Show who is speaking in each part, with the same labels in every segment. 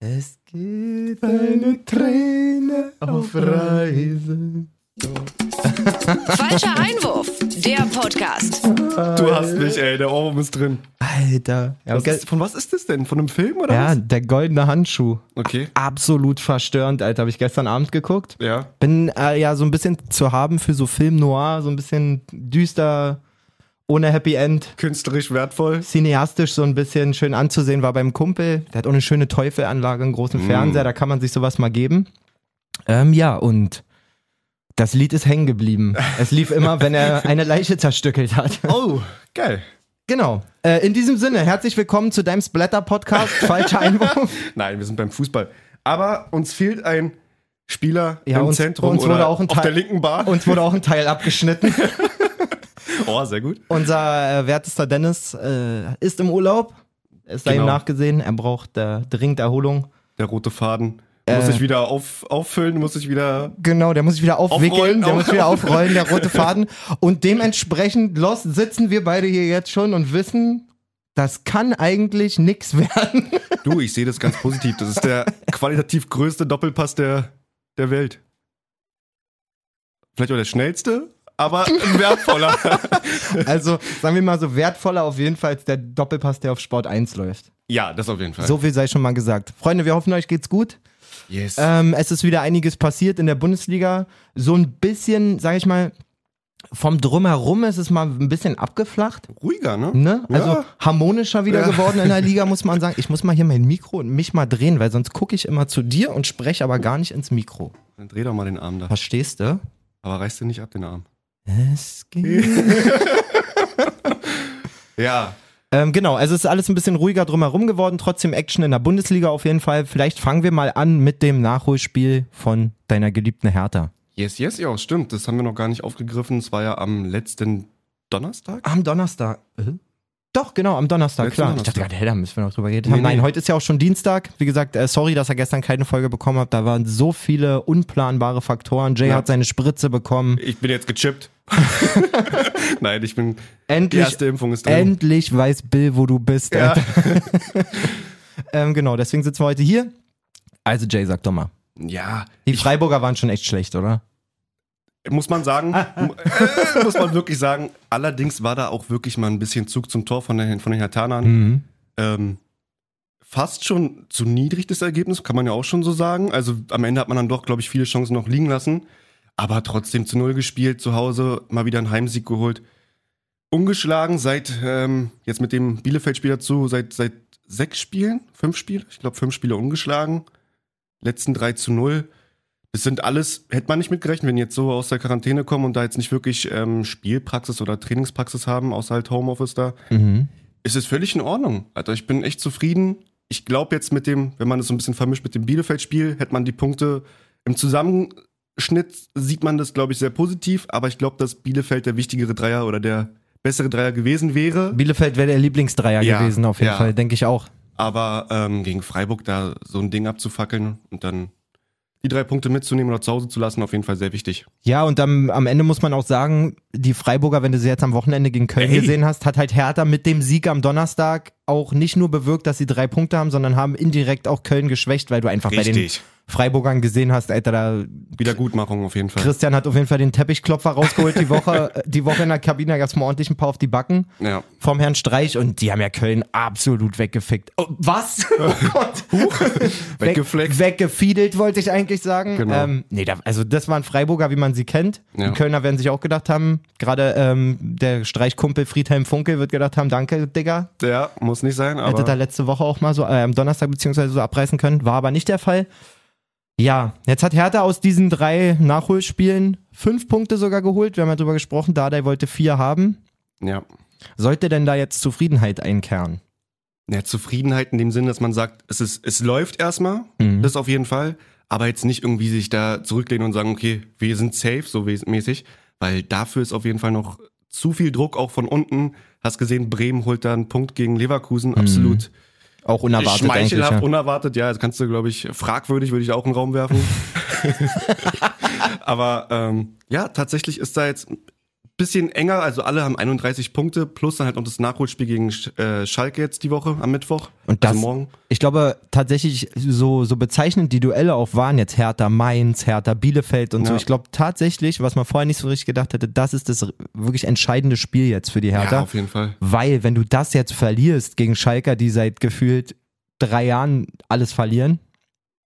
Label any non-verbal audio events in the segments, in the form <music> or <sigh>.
Speaker 1: Es geht eine Träne auf Reise.
Speaker 2: Falscher Einwurf, der Podcast.
Speaker 3: Du hast mich, ey, der Ohrwurm ist drin.
Speaker 1: Alter. Ja,
Speaker 3: Was
Speaker 1: ge-
Speaker 3: ist, von was ist das denn? Von einem Film oder
Speaker 1: ja,
Speaker 3: was?
Speaker 1: der goldene Handschuh.
Speaker 3: Okay.
Speaker 1: Absolut verstörend, Alter. Habe ich gestern Abend geguckt.
Speaker 3: Ja.
Speaker 1: Bin äh, ja so ein bisschen zu haben für so Film Noir, so ein bisschen düster, ohne Happy End.
Speaker 3: Künstlerisch wertvoll.
Speaker 1: Cineastisch so ein bisschen schön anzusehen war beim Kumpel. Der hat auch eine schöne Teufelanlage, einen großen Fernseher, da kann man sich sowas mal geben. Ähm, ja, und das Lied ist hängen geblieben. Es lief immer, wenn er eine Leiche zerstückelt hat.
Speaker 3: Oh, geil.
Speaker 1: Genau. Äh, in diesem Sinne, herzlich willkommen zu deinem Splatter-Podcast. Falscher Einwurf.
Speaker 3: Nein, wir sind beim Fußball. Aber uns fehlt ein Spieler
Speaker 1: Ja,
Speaker 3: im
Speaker 1: uns-
Speaker 3: Zentrum
Speaker 1: uns
Speaker 3: oder
Speaker 1: wurde auch ein
Speaker 3: auf
Speaker 1: Teil-
Speaker 3: der linken Bar.
Speaker 1: Uns wurde auch ein Teil abgeschnitten.
Speaker 3: oh, sehr gut.
Speaker 1: Unser äh, wertester Dennis äh, ist im Urlaub. Es sei ihm
Speaker 3: Genau.
Speaker 1: nachgesehen. Er braucht äh, dringend Erholung.
Speaker 3: Der rote Faden.
Speaker 1: Äh.
Speaker 3: muss ich wieder auf, auffüllen, muss ich wieder.
Speaker 1: Genau, der muss sich wieder aufwickeln,
Speaker 3: Aufrollen,
Speaker 1: der
Speaker 3: auf-
Speaker 1: muss
Speaker 3: <laughs>
Speaker 1: wieder aufrollen, der rote Faden. Und dementsprechend, Los, sitzen wir beide hier jetzt schon und wissen, das kann eigentlich nichts <laughs> werden.
Speaker 3: Du, ich sehe das ganz positiv. Das ist der qualitativ größte Doppelpass der, der Welt. Vielleicht auch der schnellste, aber wertvoller.
Speaker 1: <laughs> Also, sagen wir mal so, wertvoller auf jeden Fall als der Doppelpass, der auf Sport 1 läuft.
Speaker 3: ja, das auf jeden Fall.
Speaker 1: So viel sei schon mal gesagt. Freunde, wir hoffen, euch geht's gut.
Speaker 3: Yes.
Speaker 1: Ähm, es ist wieder einiges passiert in der Bundesliga. So ein bisschen, sag ich mal, vom Drumherum ist es mal ein bisschen abgeflacht.
Speaker 3: Ruhiger, ne?
Speaker 1: Ne? Also
Speaker 3: Ja.
Speaker 1: harmonischer wieder
Speaker 3: Ja.
Speaker 1: geworden in der
Speaker 3: <laughs>
Speaker 1: Liga, muss man sagen. Ich muss mal hier mein Mikro und mich mal drehen, weil sonst gucke ich immer zu dir und spreche aber gar nicht ins Mikro.
Speaker 3: Dann dreh doch mal den Arm da.
Speaker 1: Verstehst du?
Speaker 3: Aber reiß dir nicht ab, den Arm.
Speaker 1: Es geht.
Speaker 3: Ja.
Speaker 1: ähm, genau, also es ist alles ein bisschen ruhiger drumherum geworden, trotzdem Action in der Bundesliga auf jeden Fall. Vielleicht fangen wir mal an mit dem Nachholspiel von deiner geliebten Hertha.
Speaker 3: Yes, yes, ja, stimmt. Das haben wir noch gar nicht aufgegriffen. Es war ja am letzten Donnerstag.
Speaker 1: Am Donnerstag. Äh? Doch, genau, am Donnerstag,
Speaker 3: Letzten
Speaker 1: klar. Ich
Speaker 3: Donnerstag.
Speaker 1: dachte gerade, hä, da müssen wir noch drüber reden.
Speaker 3: Nee,
Speaker 1: Nein,
Speaker 3: nee.
Speaker 1: heute ist ja auch schon Dienstag. Wie gesagt, äh, sorry, dass ihr gestern keine Folge bekommen habt. Da waren so viele unplanbare Faktoren. Jay
Speaker 3: Ja.
Speaker 1: hat seine Spritze bekommen.
Speaker 3: Ich bin jetzt gechippt. <laughs> Nein, ich bin. Die
Speaker 1: Endlich,
Speaker 3: erste Impfung ist drin.
Speaker 1: endlich weiß Bill, wo du bist.
Speaker 3: Ja.
Speaker 1: Alter. ähm, genau, deswegen sitzen wir heute hier. Also Jay, sag doch mal.
Speaker 3: ja,
Speaker 1: Die Freiburger waren schon echt schlecht, oder?
Speaker 3: muss man sagen.
Speaker 1: Ah.
Speaker 3: äh, muss man wirklich sagen. Allerdings war da auch wirklich mal ein bisschen Zug zum Tor von den, von den Hertanern.
Speaker 1: Mhm.
Speaker 3: ähm, fast schon zu niedrig das Ergebnis, kann man ja auch schon so sagen. Also am Ende hat man dann doch, glaube ich, viele Chancen noch liegen lassen. Aber trotzdem zu Null gespielt, zu Hause mal wieder einen Heimsieg geholt. Ungeschlagen seit, ähm, jetzt mit dem Bielefeld-Spiel dazu, seit, seit sechs Spielen, fünf Spiele, ich glaube fünf Spiele ungeschlagen. Letzten drei zu null. Das sind alles, hätte man nicht mitgerechnet, wenn die jetzt so aus der Quarantäne kommen und da jetzt nicht wirklich ähm, Spielpraxis oder Trainingspraxis haben, außer halt Homeoffice da
Speaker 1: Mhm.
Speaker 3: es ist völlig in Ordnung. Also ich bin echt zufrieden. Ich glaube jetzt mit dem, wenn man das so ein bisschen vermischt mit dem Bielefeld-Spiel, hätte man die Punkte im Zusammenschnitt sieht man das, glaube ich, sehr positiv. Aber ich glaube, dass Bielefeld der wichtigere Dreier oder der bessere Dreier gewesen wäre.
Speaker 1: Bielefeld wäre der Lieblingsdreier
Speaker 3: Ja,
Speaker 1: gewesen, auf jeden
Speaker 3: ja.
Speaker 1: Fall, denke ich auch.
Speaker 3: Aber ähm, gegen Freiburg da so ein Ding abzufackeln und dann die drei Punkte mitzunehmen oder zu Hause zu lassen, auf jeden Fall sehr wichtig.
Speaker 1: Ja, und am, am Ende muss man auch sagen, die Freiburger, wenn du sie jetzt am Wochenende gegen Köln
Speaker 3: Ey.
Speaker 1: gesehen hast, hat halt Hertha mit dem Sieg am Donnerstag auch nicht nur bewirkt, dass sie drei Punkte haben, sondern haben indirekt auch Köln geschwächt, weil du einfach bei den Freiburgern gesehen hast, Alter, da
Speaker 3: Wiedergutmachung auf jeden Fall.
Speaker 1: Christian hat auf jeden Fall den Teppichklopfer rausgeholt die Woche. äh, die Woche in der Kabine gab's mal ordentlich ein paar auf die Backen
Speaker 3: Ja.
Speaker 1: vom Herrn Streich und die haben ja Köln absolut weggefickt. Oh,
Speaker 3: <laughs>
Speaker 1: was? Oh Gott. <laughs> Weg,
Speaker 3: Weggeflext.
Speaker 1: weggefiedelt, wollte ich eigentlich sagen.
Speaker 3: Genau.
Speaker 1: Ähm, nee, da, also das waren Freiburger, wie man sie kennt.
Speaker 3: Ja.
Speaker 1: Die Kölner werden sich auch gedacht haben, gerade ähm, der Streichkumpel Friedhelm Funkel wird gedacht haben, danke, Digga.
Speaker 3: ja, muss nicht sein,
Speaker 1: Hätte da
Speaker 3: aber
Speaker 1: letzte Woche auch mal so äh, am Donnerstag beziehungsweise so abreißen können, war aber nicht der Fall. Ja, jetzt hat Hertha aus diesen drei Nachholspielen fünf Punkte sogar geholt. Wir haben ja drüber gesprochen, Dardai wollte vier haben.
Speaker 3: ja.
Speaker 1: Sollte denn da jetzt Zufriedenheit einkehren?
Speaker 3: Ja, Zufriedenheit in dem Sinne, dass man sagt, es, ist, es läuft erstmal,
Speaker 1: Mhm.
Speaker 3: das auf jeden Fall, aber jetzt nicht irgendwie sich da zurücklehnen und sagen, okay, wir sind safe, so wes- mäßig, weil dafür ist auf jeden Fall noch zu viel Druck, auch von unten. Hast gesehen, Bremen holt da einen Punkt gegen Leverkusen, absolut
Speaker 1: Auch unerwartet Mhm. eigentlich.
Speaker 3: schmeichelhaft,
Speaker 1: Ja.
Speaker 3: unerwartet, ja, das kannst du, glaube ich, fragwürdig würde ich da auch
Speaker 1: <laughs>
Speaker 3: einen <laughs> Raum werfen. aber ähm, ja, tatsächlich ist da jetzt ein bisschen enger, also alle haben 31 Punkte, plus dann halt noch das Nachholspiel gegen Sch- äh, Schalke jetzt die Woche am Mittwoch.
Speaker 1: Und das,
Speaker 3: also morgen.
Speaker 1: ich glaube tatsächlich, so, so bezeichnend die Duelle auch waren jetzt Hertha Mainz, Hertha Bielefeld und so.
Speaker 3: Ja.
Speaker 1: Ich glaube tatsächlich, was man vorher nicht so richtig gedacht hätte, das ist das r- wirklich entscheidende Spiel jetzt für die Hertha.
Speaker 3: Ja, auf jeden Fall.
Speaker 1: Weil, wenn du das jetzt verlierst gegen Schalker, die seit gefühlt drei Jahren alles verlieren,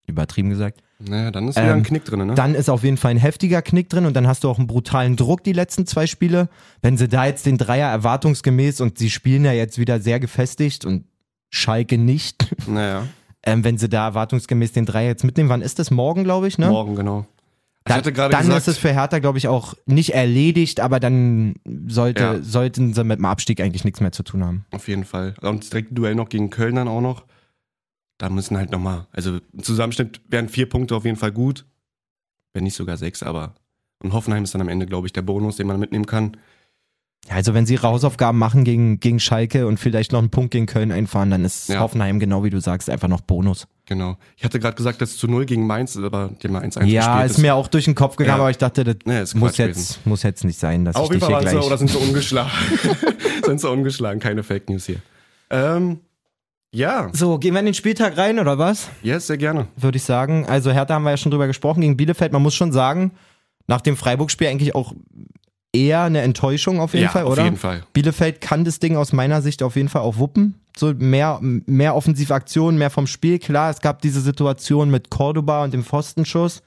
Speaker 1: übertrieben gesagt,
Speaker 3: Naja, dann ist wieder
Speaker 1: Ähm,
Speaker 3: ein Knick drin, ne?
Speaker 1: dann ist auf jeden Fall ein heftiger Knick drin und dann hast du auch einen brutalen Druck die letzten zwei Spiele. Wenn sie da jetzt den Dreier erwartungsgemäß und sie spielen ja jetzt wieder sehr gefestigt und Schalke nicht, <laughs>
Speaker 3: naja,
Speaker 1: ähm, wenn sie da erwartungsgemäß den Dreier jetzt mitnehmen, wann ist das? Morgen, glaube ich, ne?
Speaker 3: morgen, genau.
Speaker 1: Dann,
Speaker 3: ich hatte gerade
Speaker 1: dann
Speaker 3: gesagt,
Speaker 1: ist es für Hertha, glaube ich, auch nicht erledigt, aber dann sollte,
Speaker 3: Ja.
Speaker 1: sollten sie mit dem Abstieg eigentlich nichts mehr zu tun haben.
Speaker 3: Auf jeden Fall. Und direkt ein Duell noch gegen Köln dann auch noch. Da müssen halt nochmal, also im Zusammenschnitt wären vier Punkte auf jeden Fall gut. Wenn nicht sogar sechs, aber. Und Hoffenheim ist dann am Ende, glaube ich, der Bonus, den man mitnehmen kann.
Speaker 1: Ja, Also wenn sie ihre Hausaufgaben machen gegen, gegen Schalke und vielleicht noch einen Punkt gegen Köln einfahren, dann ist
Speaker 3: Ja.
Speaker 1: Hoffenheim, genau wie du sagst, einfach noch Bonus.
Speaker 3: Genau. Ich hatte gerade gesagt, das zu null gegen Mainz, aber die haben mal 1-1
Speaker 1: ja,
Speaker 3: gespielt.
Speaker 1: ist mir auch durch den Kopf gegangen,
Speaker 3: Ja.
Speaker 1: aber ich dachte, das
Speaker 3: Nee, ist
Speaker 1: muss,
Speaker 3: Quatsch
Speaker 1: jetzt, muss jetzt nicht sein, dass
Speaker 3: Auf
Speaker 1: ich
Speaker 3: jeden
Speaker 1: dich
Speaker 3: Fall
Speaker 1: hier
Speaker 3: waren sie,
Speaker 1: gleich...
Speaker 3: oder sind sie ungeschlagen? <laughs> sind sie ungeschlagen, keine Fake News hier. Ähm, ja,
Speaker 1: so, gehen wir in den Spieltag rein, oder was?
Speaker 3: yes, sehr gerne.
Speaker 1: Würde ich sagen. Also Hertha haben wir ja schon drüber gesprochen, gegen Bielefeld. Man muss schon sagen, nach dem Freiburg-Spiel eigentlich auch eher eine Enttäuschung auf jeden
Speaker 3: ja,
Speaker 1: Fall,
Speaker 3: auf
Speaker 1: oder?
Speaker 3: jeden Fall.
Speaker 1: Bielefeld kann das Ding aus meiner Sicht auf jeden Fall auch wuppen. So mehr, mehr Offensivaktionen, mehr vom Spiel. Klar, es gab diese Situation mit Cordoba und dem Pfostenschuss,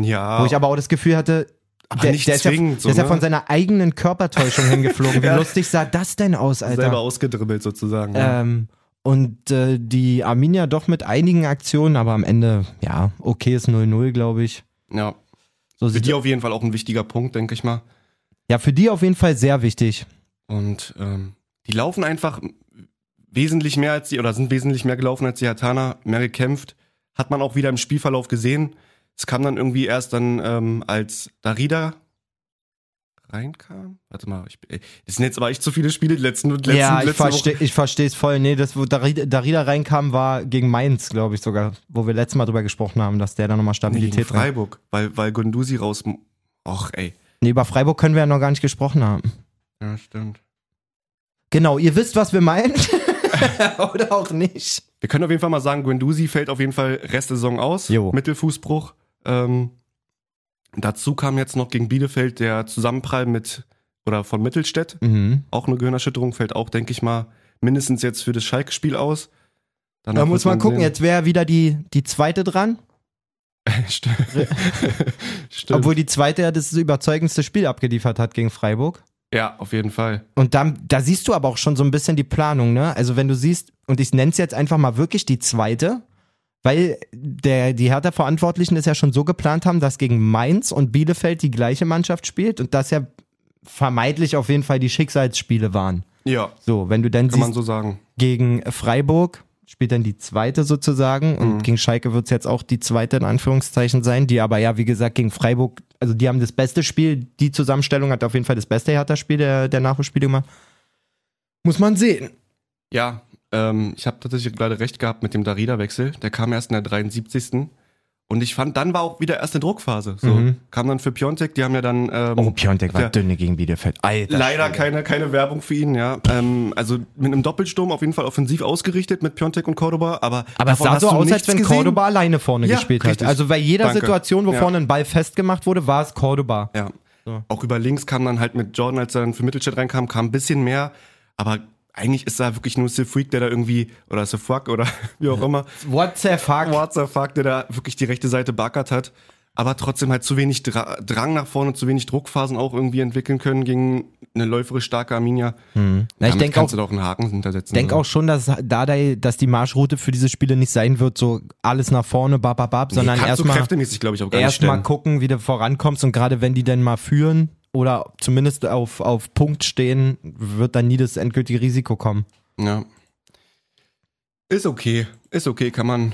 Speaker 3: Ja,
Speaker 1: wo ich aber auch das Gefühl hatte,
Speaker 3: aber
Speaker 1: der,
Speaker 3: nicht
Speaker 1: der, ist ja,
Speaker 3: zwingend. so,
Speaker 1: der ist ja
Speaker 3: ne?
Speaker 1: von seiner eigenen Körpertäuschung
Speaker 3: <laughs>
Speaker 1: hingeflogen. Wie
Speaker 3: Ja.
Speaker 1: lustig sah das denn aus,
Speaker 3: selber
Speaker 1: Alter?
Speaker 3: ausgedribbelt sozusagen. ne?
Speaker 1: Ähm, und äh, die Arminia doch mit einigen Aktionen, aber am Ende, ja, okay ist 0-0, glaube ich.
Speaker 3: Ja,
Speaker 1: So
Speaker 3: für
Speaker 1: sieht-
Speaker 3: Also die auf jeden Fall auch ein wichtiger Punkt, denke ich mal.
Speaker 1: ja, für die auf jeden Fall sehr wichtig.
Speaker 3: Und ähm, die laufen einfach wesentlich mehr als die, oder sind wesentlich mehr gelaufen als die Hatana, mehr gekämpft. Hat man auch wieder im Spielverlauf gesehen. Es kam dann irgendwie erst dann, ähm, als Darida reinkam. Warte mal, ich, ey, das sind jetzt aber echt zu viele Spiele, die letzten, letzten,
Speaker 1: ja, ich
Speaker 3: letzten
Speaker 1: verstehe ich versteh's voll. Nee, das, wo Darida, Darida reinkam, war gegen Mainz, glaube ich sogar, wo wir letztes Mal drüber gesprochen haben, dass der da nochmal
Speaker 3: Nee, gegen
Speaker 1: Stabilität ne? rein.
Speaker 3: Freiburg, weil, weil Gundusi raus. mu- Och, ey.
Speaker 1: Nee, über Freiburg können wir ja noch gar nicht gesprochen haben.
Speaker 3: Ja, stimmt.
Speaker 1: Genau, ihr wisst, was wir
Speaker 3: <laughs>
Speaker 1: meinen. <laughs> Oder auch nicht.
Speaker 3: Wir können auf jeden Fall mal sagen, Guendouzi fällt auf jeden Fall Rest der Saison aus.
Speaker 1: Jo.
Speaker 3: Mittelfußbruch. Ähm, dazu kam jetzt noch gegen Bielefeld der Zusammenprall mit oder von Mittelstädt.
Speaker 1: Mhm.
Speaker 3: Auch eine Gehirnerschütterung fällt auch, denke ich mal, mindestens jetzt für das Schalke-Spiel aus. Danach
Speaker 1: Da muss
Speaker 3: wird
Speaker 1: man gucken,
Speaker 3: sehen-
Speaker 1: jetzt wäre wieder die, die zweite dran,
Speaker 3: <laughs>
Speaker 1: <laughs>
Speaker 3: Stimmt. Stimmt.
Speaker 1: obwohl die zweite ja das überzeugendste Spiel abgeliefert hat gegen Freiburg.
Speaker 3: ja, auf jeden Fall.
Speaker 1: Und dann, da siehst du aber auch schon so ein bisschen die Planung, ne? Also wenn du siehst, und ich nenne es jetzt einfach mal wirklich die zweite, weil der, die Hertha-Verantwortlichen es ja schon so geplant haben, dass gegen Mainz und Bielefeld die gleiche Mannschaft spielt und das ja vermeintlich auf jeden Fall die Schicksalsspiele waren.
Speaker 3: Ja,
Speaker 1: So, wenn du dann
Speaker 3: kann man
Speaker 1: siehst,
Speaker 3: so sagen.
Speaker 1: gegen Freiburg spielt dann die zweite sozusagen und gegen Schalke wird es jetzt auch die zweite in Anführungszeichen sein, die aber ja, wie gesagt, gegen Freiburg, also die haben das beste Spiel, die Zusammenstellung hat auf jeden Fall das beste Hertha-Spiel der, der Nachholspiele gemacht. Muss man sehen.
Speaker 3: Ja, ähm, ich habe tatsächlich gerade recht gehabt mit dem Darida-Wechsel. Der kam erst in der 73. Und ich fand, dann war auch wieder erst eine Druckphase. So,
Speaker 1: Mhm.
Speaker 3: Kam dann für Piontek, die haben ja dann ähm,
Speaker 1: Oh, Piontek war
Speaker 3: Ja.
Speaker 1: dünne gegen Bielefeld. Alter.
Speaker 3: leider
Speaker 1: Schwede.
Speaker 3: keine, keine Werbung für ihn, ja. Ähm, also mit einem Doppelsturm auf jeden Fall offensiv ausgerichtet mit Piontek und Cordoba, aber
Speaker 1: Aber es
Speaker 3: davon
Speaker 1: sah
Speaker 3: hast
Speaker 1: so
Speaker 3: du
Speaker 1: aus, als
Speaker 3: nichts
Speaker 1: wenn
Speaker 3: gesehen.
Speaker 1: Cordoba alleine vorne
Speaker 3: Ja,
Speaker 1: gespielt
Speaker 3: richtig.
Speaker 1: hat. Also bei jeder
Speaker 3: Danke.
Speaker 1: Situation, wo
Speaker 3: Ja.
Speaker 1: vorne ein Ball festgemacht wurde, war es Cordoba.
Speaker 3: Ja.
Speaker 1: So.
Speaker 3: Auch über links kam dann halt mit Jordan, als er dann für Mittelstadt reinkam, kam ein bisschen mehr, aber eigentlich ist da wirklich nur Sefreak, der da irgendwie, oder Sefuak oder <laughs> wie auch immer,
Speaker 1: What the fuck?
Speaker 3: What the fuck, der da wirklich die rechte Seite backert hat. Aber trotzdem halt zu wenig Dra Drang nach vorne, zu wenig Druckphasen auch irgendwie entwickeln können gegen eine läuferisch starke Arminia.
Speaker 1: Na, ich
Speaker 3: Damit
Speaker 1: denke auch,
Speaker 3: kannst du doch einen Haken hintersetzen.
Speaker 1: denke
Speaker 3: also.
Speaker 1: auch schon, dass Dardai, dass die Marschroute für diese Spiele nicht sein wird, so alles nach vorne, bab, bab, bab, sondern
Speaker 3: nee, kannst du
Speaker 1: erstmal
Speaker 3: kräftemäßig, glaube ich, auch gar nicht
Speaker 1: erstmal
Speaker 3: stellen.
Speaker 1: gucken, wie du vorankommst und gerade wenn die dann mal führen oder zumindest auf, auf Punkt stehen, wird dann nie das endgültige Risiko kommen.
Speaker 3: Ja. Ist okay. Ist okay, kann man,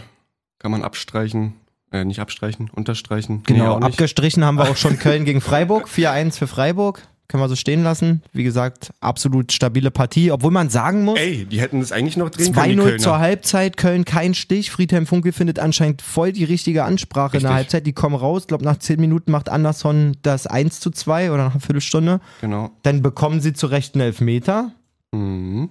Speaker 3: kann man abstreichen. Äh, nicht abstreichen, unterstreichen. Nee,
Speaker 1: Genau,
Speaker 3: auch nicht. <laughs>
Speaker 1: abgestrichen haben wir auch schon Köln gegen Freiburg, 4-1 für Freiburg. Können wir so stehen lassen. Wie gesagt, absolut stabile Partie, obwohl man sagen muss,
Speaker 3: Ey, die hätten es eigentlich noch drehen können,
Speaker 1: 2-0
Speaker 3: die
Speaker 1: zur
Speaker 3: Kölner.
Speaker 1: Halbzeit, Köln kein Stich. Friedhelm Funkel findet anscheinend voll die richtige Ansprache in der
Speaker 3: Richtig.
Speaker 1: Halbzeit. Die kommen raus, glaube nach 10 Minuten macht Anderson das 1 zu 2 oder nach einer Viertelstunde.
Speaker 3: Genau.
Speaker 1: Dann bekommen sie zu Recht einen Elfmeter,
Speaker 3: Mhm.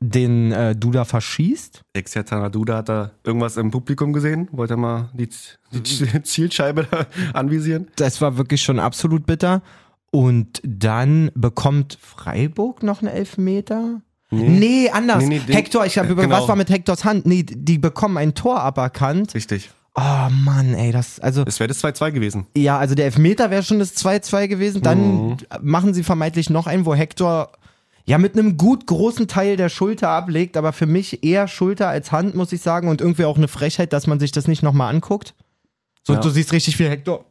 Speaker 1: den äh, Duda verschießt.
Speaker 3: Exia Tanaduda hat da irgendwas im Publikum gesehen, wollte mal die, Z- die <laughs> Z- Zielscheibe da anvisieren.
Speaker 1: Das war wirklich schon absolut bitter. Und dann bekommt Freiburg noch einen Elfmeter. Nee, anders.
Speaker 3: Nee, nee, den-
Speaker 1: Hector, ich habe über
Speaker 3: Genau.
Speaker 1: was war mit Hectors Hand? Nee, die bekommen ein Tor aberkannt.
Speaker 3: Richtig.
Speaker 1: Oh Mann, ey, das also
Speaker 3: Es wäre das 2-2 gewesen.
Speaker 1: Ja, also der Elfmeter wäre schon das 2-2 gewesen. Dann
Speaker 3: Mhm.
Speaker 1: machen sie vermeintlich noch einen, wo Hector ja mit einem gut großen Teil der Schulter ablegt, aber für mich eher Schulter als Hand, muss ich sagen. Und irgendwie auch eine Frechheit, dass man sich das nicht nochmal anguckt. So,
Speaker 3: Ja.
Speaker 1: Du siehst richtig, wie Hector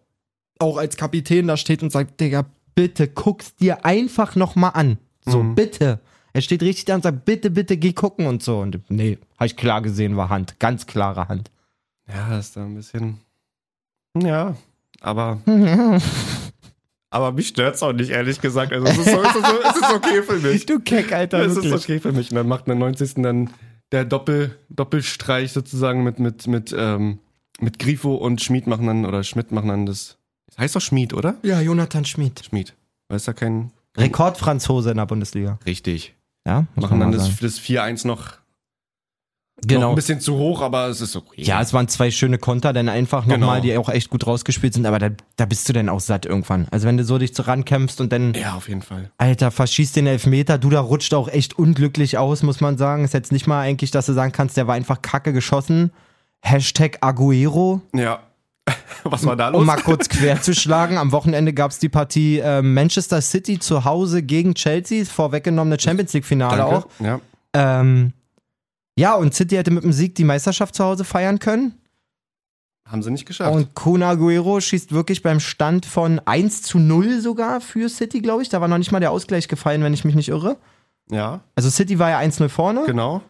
Speaker 1: auch als Kapitän da steht und sagt, Digga, bitte guck's dir einfach nochmal an. So,
Speaker 3: Mhm.
Speaker 1: bitte. Er steht richtig da und sagt, bitte, bitte, geh gucken und so. Und nee, habe ich klar gesehen, war Hand. Ganz klare Hand.
Speaker 3: Ja, ist da ein bisschen. Ja,
Speaker 1: <laughs>
Speaker 3: aber. aber mich stört's auch nicht, ehrlich gesagt. Also, es ist, so, es ist, so, es ist okay
Speaker 1: <laughs>
Speaker 3: für mich.
Speaker 1: Du Keck, Alter.
Speaker 3: Es ist
Speaker 1: wirklich.
Speaker 3: okay für mich. Und dann macht in der 90. dann der Doppel, Doppelstreich sozusagen mit, mit, mit, ähm, mit Grifo und Schmid machen dann, oder Schmidt machen dann das. das heißt doch Schmid, oder?
Speaker 1: Ja, Jonathan Schmid.
Speaker 3: Schmid. Weiß da kein.
Speaker 1: Rekordfranzose in der Bundesliga.
Speaker 3: Richtig.
Speaker 1: Ja,
Speaker 3: Machen dann das, das 4-1 noch, noch ein bisschen zu hoch, aber es ist okay.
Speaker 1: Genau. Ja, es waren zwei schöne Konter, dann einfach
Speaker 3: Genau.
Speaker 1: nochmal, die auch echt gut rausgespielt sind, aber da, da bist du dann auch satt irgendwann. Also wenn du so dich so rankämpfst und dann,
Speaker 3: ja, auf jeden Fall.
Speaker 1: Alter, verschießt den Elfmeter, du da rutscht auch echt unglücklich aus, muss man sagen. Ist jetzt nicht mal eigentlich, dass du sagen kannst, der war einfach kacke geschossen. Hashtag Aguero,
Speaker 3: Ja. <laughs> Was war da los?
Speaker 1: um mal kurz quer zu schlagen. Am Wochenende gab's die Partie äh, Manchester City zu Hause gegen Chelsea, vorweggenommene Champions League-Finale auch.
Speaker 3: Ja.
Speaker 1: Ähm, ja, und City hätte mit dem Sieg die Meisterschaft zu Hause feiern können.
Speaker 3: Haben sie nicht geschafft.
Speaker 1: Und Kun Aguero schießt wirklich beim Stand von 1 zu 0 sogar für City, glaube ich. Da war noch nicht mal der Ausgleich gefallen, wenn ich mich nicht irre.
Speaker 3: ja,
Speaker 1: Also City war ja 1-0 vorne.
Speaker 3: genau.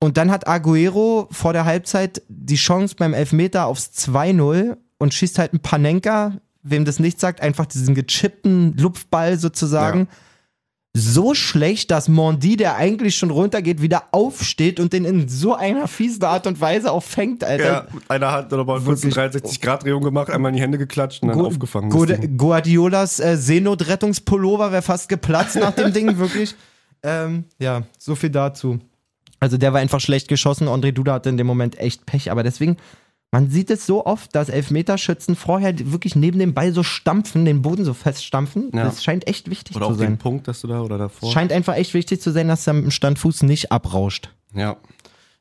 Speaker 1: Und dann hat Aguero vor der Halbzeit die Chance beim Elfmeter aufs 2-0 und schießt halt einen Panenka, wem das nicht sagt, einfach diesen gechippten Lupfball sozusagen. So schlecht, dass Mondi, der eigentlich schon runtergeht, wieder aufsteht und den in so einer fiesen Art und Weise auch fängt, Alter.
Speaker 3: Ja, einer hat nochmal eine
Speaker 1: Wirklich.
Speaker 3: 360-Grad-Drehung gemacht, einmal in die Hände geklatscht und dann
Speaker 1: Gu-
Speaker 3: aufgefangen.
Speaker 1: Gu-
Speaker 3: Das Ding.
Speaker 1: Guardiolas äh, Seenotrettungspullover wäre fast geplatzt nach
Speaker 3: <laughs>
Speaker 1: dem Ding, wirklich. Ähm, ja, so viel dazu. Also der war einfach schlecht geschossen. André Duda hatte in dem Moment echt Pech. Aber deswegen, man sieht es so oft, dass Elfmeterschützen vorher wirklich neben dem Ball so stampfen, den Boden so feststampfen.
Speaker 3: Ja.
Speaker 1: Das scheint echt wichtig
Speaker 3: Oder
Speaker 1: zu
Speaker 3: auch den
Speaker 1: sein.
Speaker 3: Punkt, dass du da oder davor.
Speaker 1: Scheint einfach echt wichtig zu sein, dass er mit dem Standfuß nicht abrauscht.
Speaker 3: ja.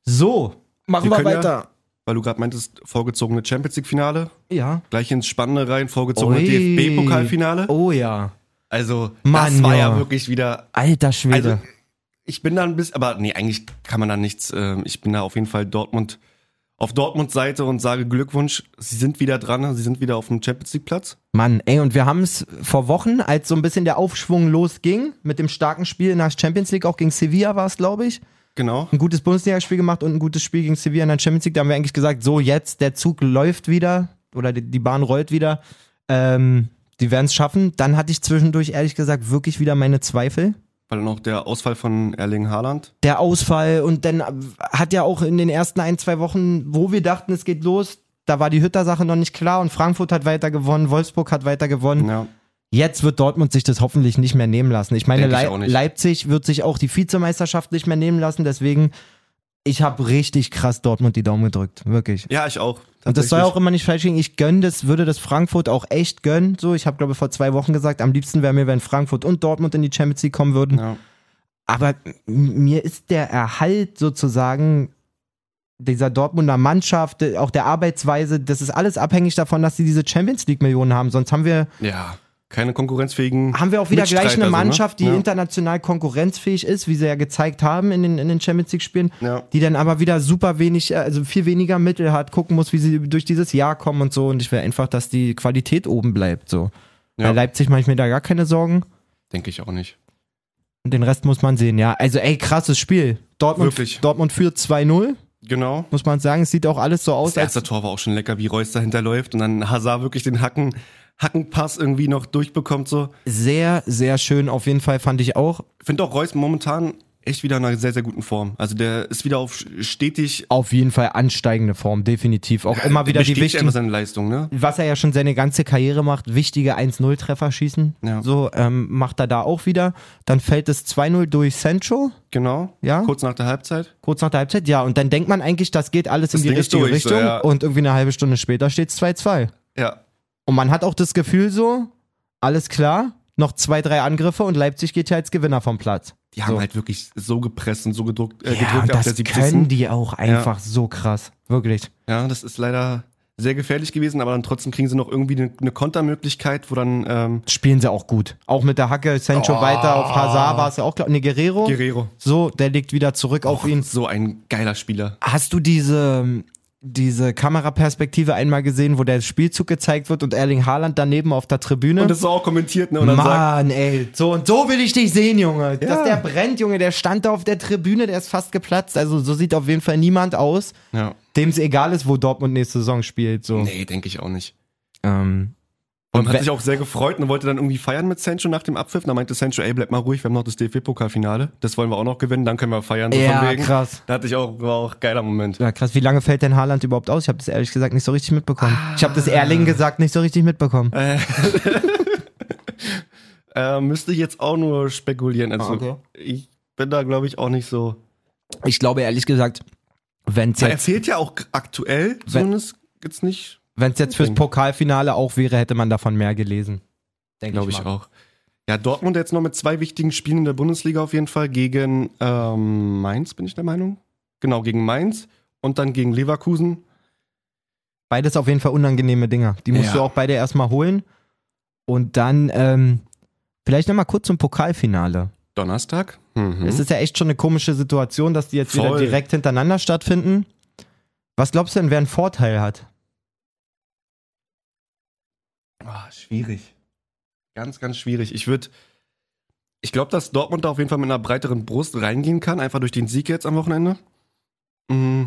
Speaker 1: So, machen
Speaker 3: Wir können ja- Weil du gerade meintest, vorgezogene Champions League-Finale,
Speaker 1: Ja.
Speaker 3: gleich ins Spannende rein, vorgezogene
Speaker 1: Ui.
Speaker 3: DFB-Pokalfinale.
Speaker 1: Oh ja.
Speaker 3: Also,
Speaker 1: Mann,
Speaker 3: das war
Speaker 1: ja.
Speaker 3: ja wirklich wieder.
Speaker 1: Alter
Speaker 3: Also,
Speaker 1: Schwede.
Speaker 3: ich bin da ein bisschen, aber nee, eigentlich kann man da nichts. ähm, ich bin da auf jeden Fall Dortmund, auf Dortmunds Seite und sage Glückwunsch, sie sind wieder dran, ne? sie sind wieder auf dem Champions League-Platz.
Speaker 1: Mann, ey, und wir haben es vor Wochen, als so ein bisschen der Aufschwung losging, mit dem starken Spiel in der Champions League, auch gegen Sevilla war es, glaube ich,
Speaker 3: Genau.
Speaker 1: ein gutes Bundesligaspiel gemacht und ein gutes Spiel gegen Sevilla in der Champions League. Da haben wir eigentlich gesagt, so jetzt, der Zug läuft wieder oder die, die Bahn rollt wieder. Ähm, die werden es schaffen. Dann hatte ich zwischendurch, ehrlich gesagt, wirklich wieder meine Zweifel.
Speaker 3: Weil dann auch der Ausfall von Erling Haaland.
Speaker 1: Der Ausfall und dann hat ja auch in den ersten ein, zwei Wochen, wo wir dachten, es geht los, da war die Hütter-Sache noch nicht klar und Frankfurt hat weiter gewonnen, Wolfsburg hat weiter gewonnen.
Speaker 3: Ja.
Speaker 1: Jetzt wird Dortmund sich das hoffentlich nicht mehr nehmen lassen. Ich meine,
Speaker 3: Denk ich
Speaker 1: Lei-
Speaker 3: auch nicht.
Speaker 1: Leipzig wird sich auch die Vizemeisterschaft nicht mehr nehmen lassen. Deswegen, ich habe richtig krass Dortmund die Daumen gedrückt. Wirklich.
Speaker 3: Ja, ich auch.
Speaker 1: Und das soll
Speaker 3: Tatsächlich.
Speaker 1: auch immer nicht falsch liegen. Ich gönne das, würde das Frankfurt auch echt gönnen. So, ich habe, glaube vor zwei Wochen gesagt, am liebsten wäre mir, wenn Frankfurt und Dortmund in die Champions League kommen würden.
Speaker 3: Ja.
Speaker 1: Aber m- mir ist der Erhalt sozusagen dieser Dortmunder Mannschaft, auch der Arbeitsweise, das ist alles abhängig davon, dass sie diese Champions League-Millionen haben. Sonst haben wir
Speaker 3: ja. Keine konkurrenzfähigen.
Speaker 1: haben wir auch wieder gleich
Speaker 3: Mitstreiter,
Speaker 1: eine
Speaker 3: so, ne?
Speaker 1: Mannschaft, die
Speaker 3: ja.
Speaker 1: international konkurrenzfähig ist, wie sie ja gezeigt haben in den, in den Champions League-Spielen,
Speaker 3: Ja.
Speaker 1: die dann aber wieder super wenig, äh, also viel weniger Mittel hat, gucken muss, wie sie durch dieses Jahr kommen und so. Und ich will einfach, dass die Qualität oben bleibt. So.
Speaker 3: Ja.
Speaker 1: Bei Leipzig mache ich mir da gar keine Sorgen.
Speaker 3: Denke ich auch nicht.
Speaker 1: Und den Rest muss man sehen, ja. Also, ey, krasses Spiel. Dortmund,
Speaker 3: Wirklich.
Speaker 1: Dortmund führt 2-0.
Speaker 3: Genau.
Speaker 1: muss man sagen. Es sieht auch alles so aus,
Speaker 3: Das erste
Speaker 1: als
Speaker 3: Tor war auch schon lecker, wie Reus dahinter läuft und dann Hazard wirklich den Hacken, Hackenpass irgendwie noch durchbekommt. So.
Speaker 1: sehr, sehr schön. Auf jeden Fall fand ich auch
Speaker 3: Finde auch Reus momentan echt wieder in einer sehr, sehr guten Form. Also der ist wieder auf stetig,
Speaker 1: auf jeden Fall ansteigende Form, definitiv. Auch immer wieder die
Speaker 3: bestätigt
Speaker 1: wichtigen,
Speaker 3: einfach seine Leistung, ne?
Speaker 1: was er ja schon seine ganze Karriere macht, wichtige 1-0-Treffer schießen.
Speaker 3: Ja.
Speaker 1: So ähm, macht er da auch wieder. Dann fällt es 2-0 durch Sancho,
Speaker 3: Genau.
Speaker 1: Ja.
Speaker 3: Kurz nach der Halbzeit.
Speaker 1: kurz nach der Halbzeit. Ja, und dann denkt man eigentlich, das geht alles in die
Speaker 3: Ding ist
Speaker 1: richtige
Speaker 3: durch, so,
Speaker 1: Richtung.
Speaker 3: ja.
Speaker 1: Und irgendwie eine halbe Stunde später steht es 2-2.
Speaker 3: Ja.
Speaker 1: Und man hat auch das Gefühl so, alles klar, noch zwei, drei Angriffe und Leipzig geht ja als Gewinner vom Platz.
Speaker 3: Die haben
Speaker 1: so.
Speaker 3: halt wirklich so gepresst und so gedruckt, äh,
Speaker 1: ja,
Speaker 3: gedrückt
Speaker 1: und das
Speaker 3: ab der 70.
Speaker 1: können die auch einfach so krass. Wirklich.
Speaker 3: Ja, das ist leider sehr gefährlich gewesen, aber dann trotzdem kriegen sie noch irgendwie eine, eine Kontermöglichkeit, wo dann ähm,
Speaker 1: Spielen sie auch gut. Auch mit der Hacke, Sancho
Speaker 3: Oh.
Speaker 1: weiter auf Hazard war es ja auch klar. Ne, Guerrero.
Speaker 3: Guerrero.
Speaker 1: so, der legt wieder zurück auf ihn.
Speaker 3: So ein geiler Spieler.
Speaker 1: Hast du diese, diese Kameraperspektive einmal gesehen, wo der Spielzug gezeigt wird und Erling Haaland daneben auf der Tribüne?
Speaker 3: Und das ist auch kommentiert, ne? Und dann sagt,
Speaker 1: Mann, ey, so und so will ich dich sehen, Junge. Dass der
Speaker 3: Ja.
Speaker 1: brennt, Junge, der stand da auf der Tribüne, der ist fast geplatzt. Also so sieht auf jeden Fall niemand aus,
Speaker 3: ja.
Speaker 1: dem es egal ist, wo Dortmund nächste Saison spielt. So.
Speaker 3: Nee, denke ich auch nicht.
Speaker 1: Ähm,
Speaker 3: Und
Speaker 1: we-
Speaker 3: hat sich auch sehr gefreut und wollte dann irgendwie feiern mit Sancho nach dem Abpfiff. Und dann meinte Sancho, ey, bleib mal ruhig, wir haben noch das DFB-Pokalfinale. Das wollen wir auch noch gewinnen, dann können wir feiern. So Also von
Speaker 1: ja,
Speaker 3: wegen.
Speaker 1: krass.
Speaker 3: Da hatte ich auch, war auch ein geiler Moment.
Speaker 1: Ja, krass, wie lange fällt denn Haaland überhaupt aus? Ich habe das ehrlich gesagt nicht so richtig mitbekommen. Ich habe das
Speaker 3: Ah.
Speaker 1: Erling gesagt nicht so richtig mitbekommen.
Speaker 3: Äh, müsste ich jetzt auch nur spekulieren. Also
Speaker 1: Ah, okay.
Speaker 3: ich bin da, glaube ich, auch nicht so.
Speaker 1: Ich glaube ehrlich gesagt, wenn es
Speaker 3: Er
Speaker 1: jetzt,
Speaker 3: fehlt ja auch aktuell, zumindest jetzt nicht.
Speaker 1: wenn's jetzt
Speaker 3: Hm.
Speaker 1: fürs Pokalfinale auch wäre, hätte man davon mehr gelesen. Denke
Speaker 3: Glaube ich
Speaker 1: mal.
Speaker 3: auch. Ja, Dortmund jetzt noch mit zwei wichtigen Spielen in der Bundesliga auf jeden Fall. Gegen ähm, Mainz, bin ich der Meinung. Genau, gegen Mainz und dann gegen Leverkusen.
Speaker 1: Beides auf jeden Fall unangenehme Dinger. Die musst
Speaker 3: Ja.
Speaker 1: du auch beide erstmal holen. Und dann ähm, vielleicht nochmal kurz zum Pokalfinale.
Speaker 3: Donnerstag. Mhm.
Speaker 1: Es ist ja echt schon eine komische Situation, dass die jetzt wieder
Speaker 3: Voll.
Speaker 1: direkt hintereinander stattfinden. Was glaubst du denn, wer einen Vorteil hat?
Speaker 3: Ah, schwierig. Ganz, ganz schwierig. Ich würde. Ich glaube, dass Dortmund da auf jeden Fall mit einer breiteren Brust reingehen kann, einfach durch den Sieg jetzt am Wochenende. Mm.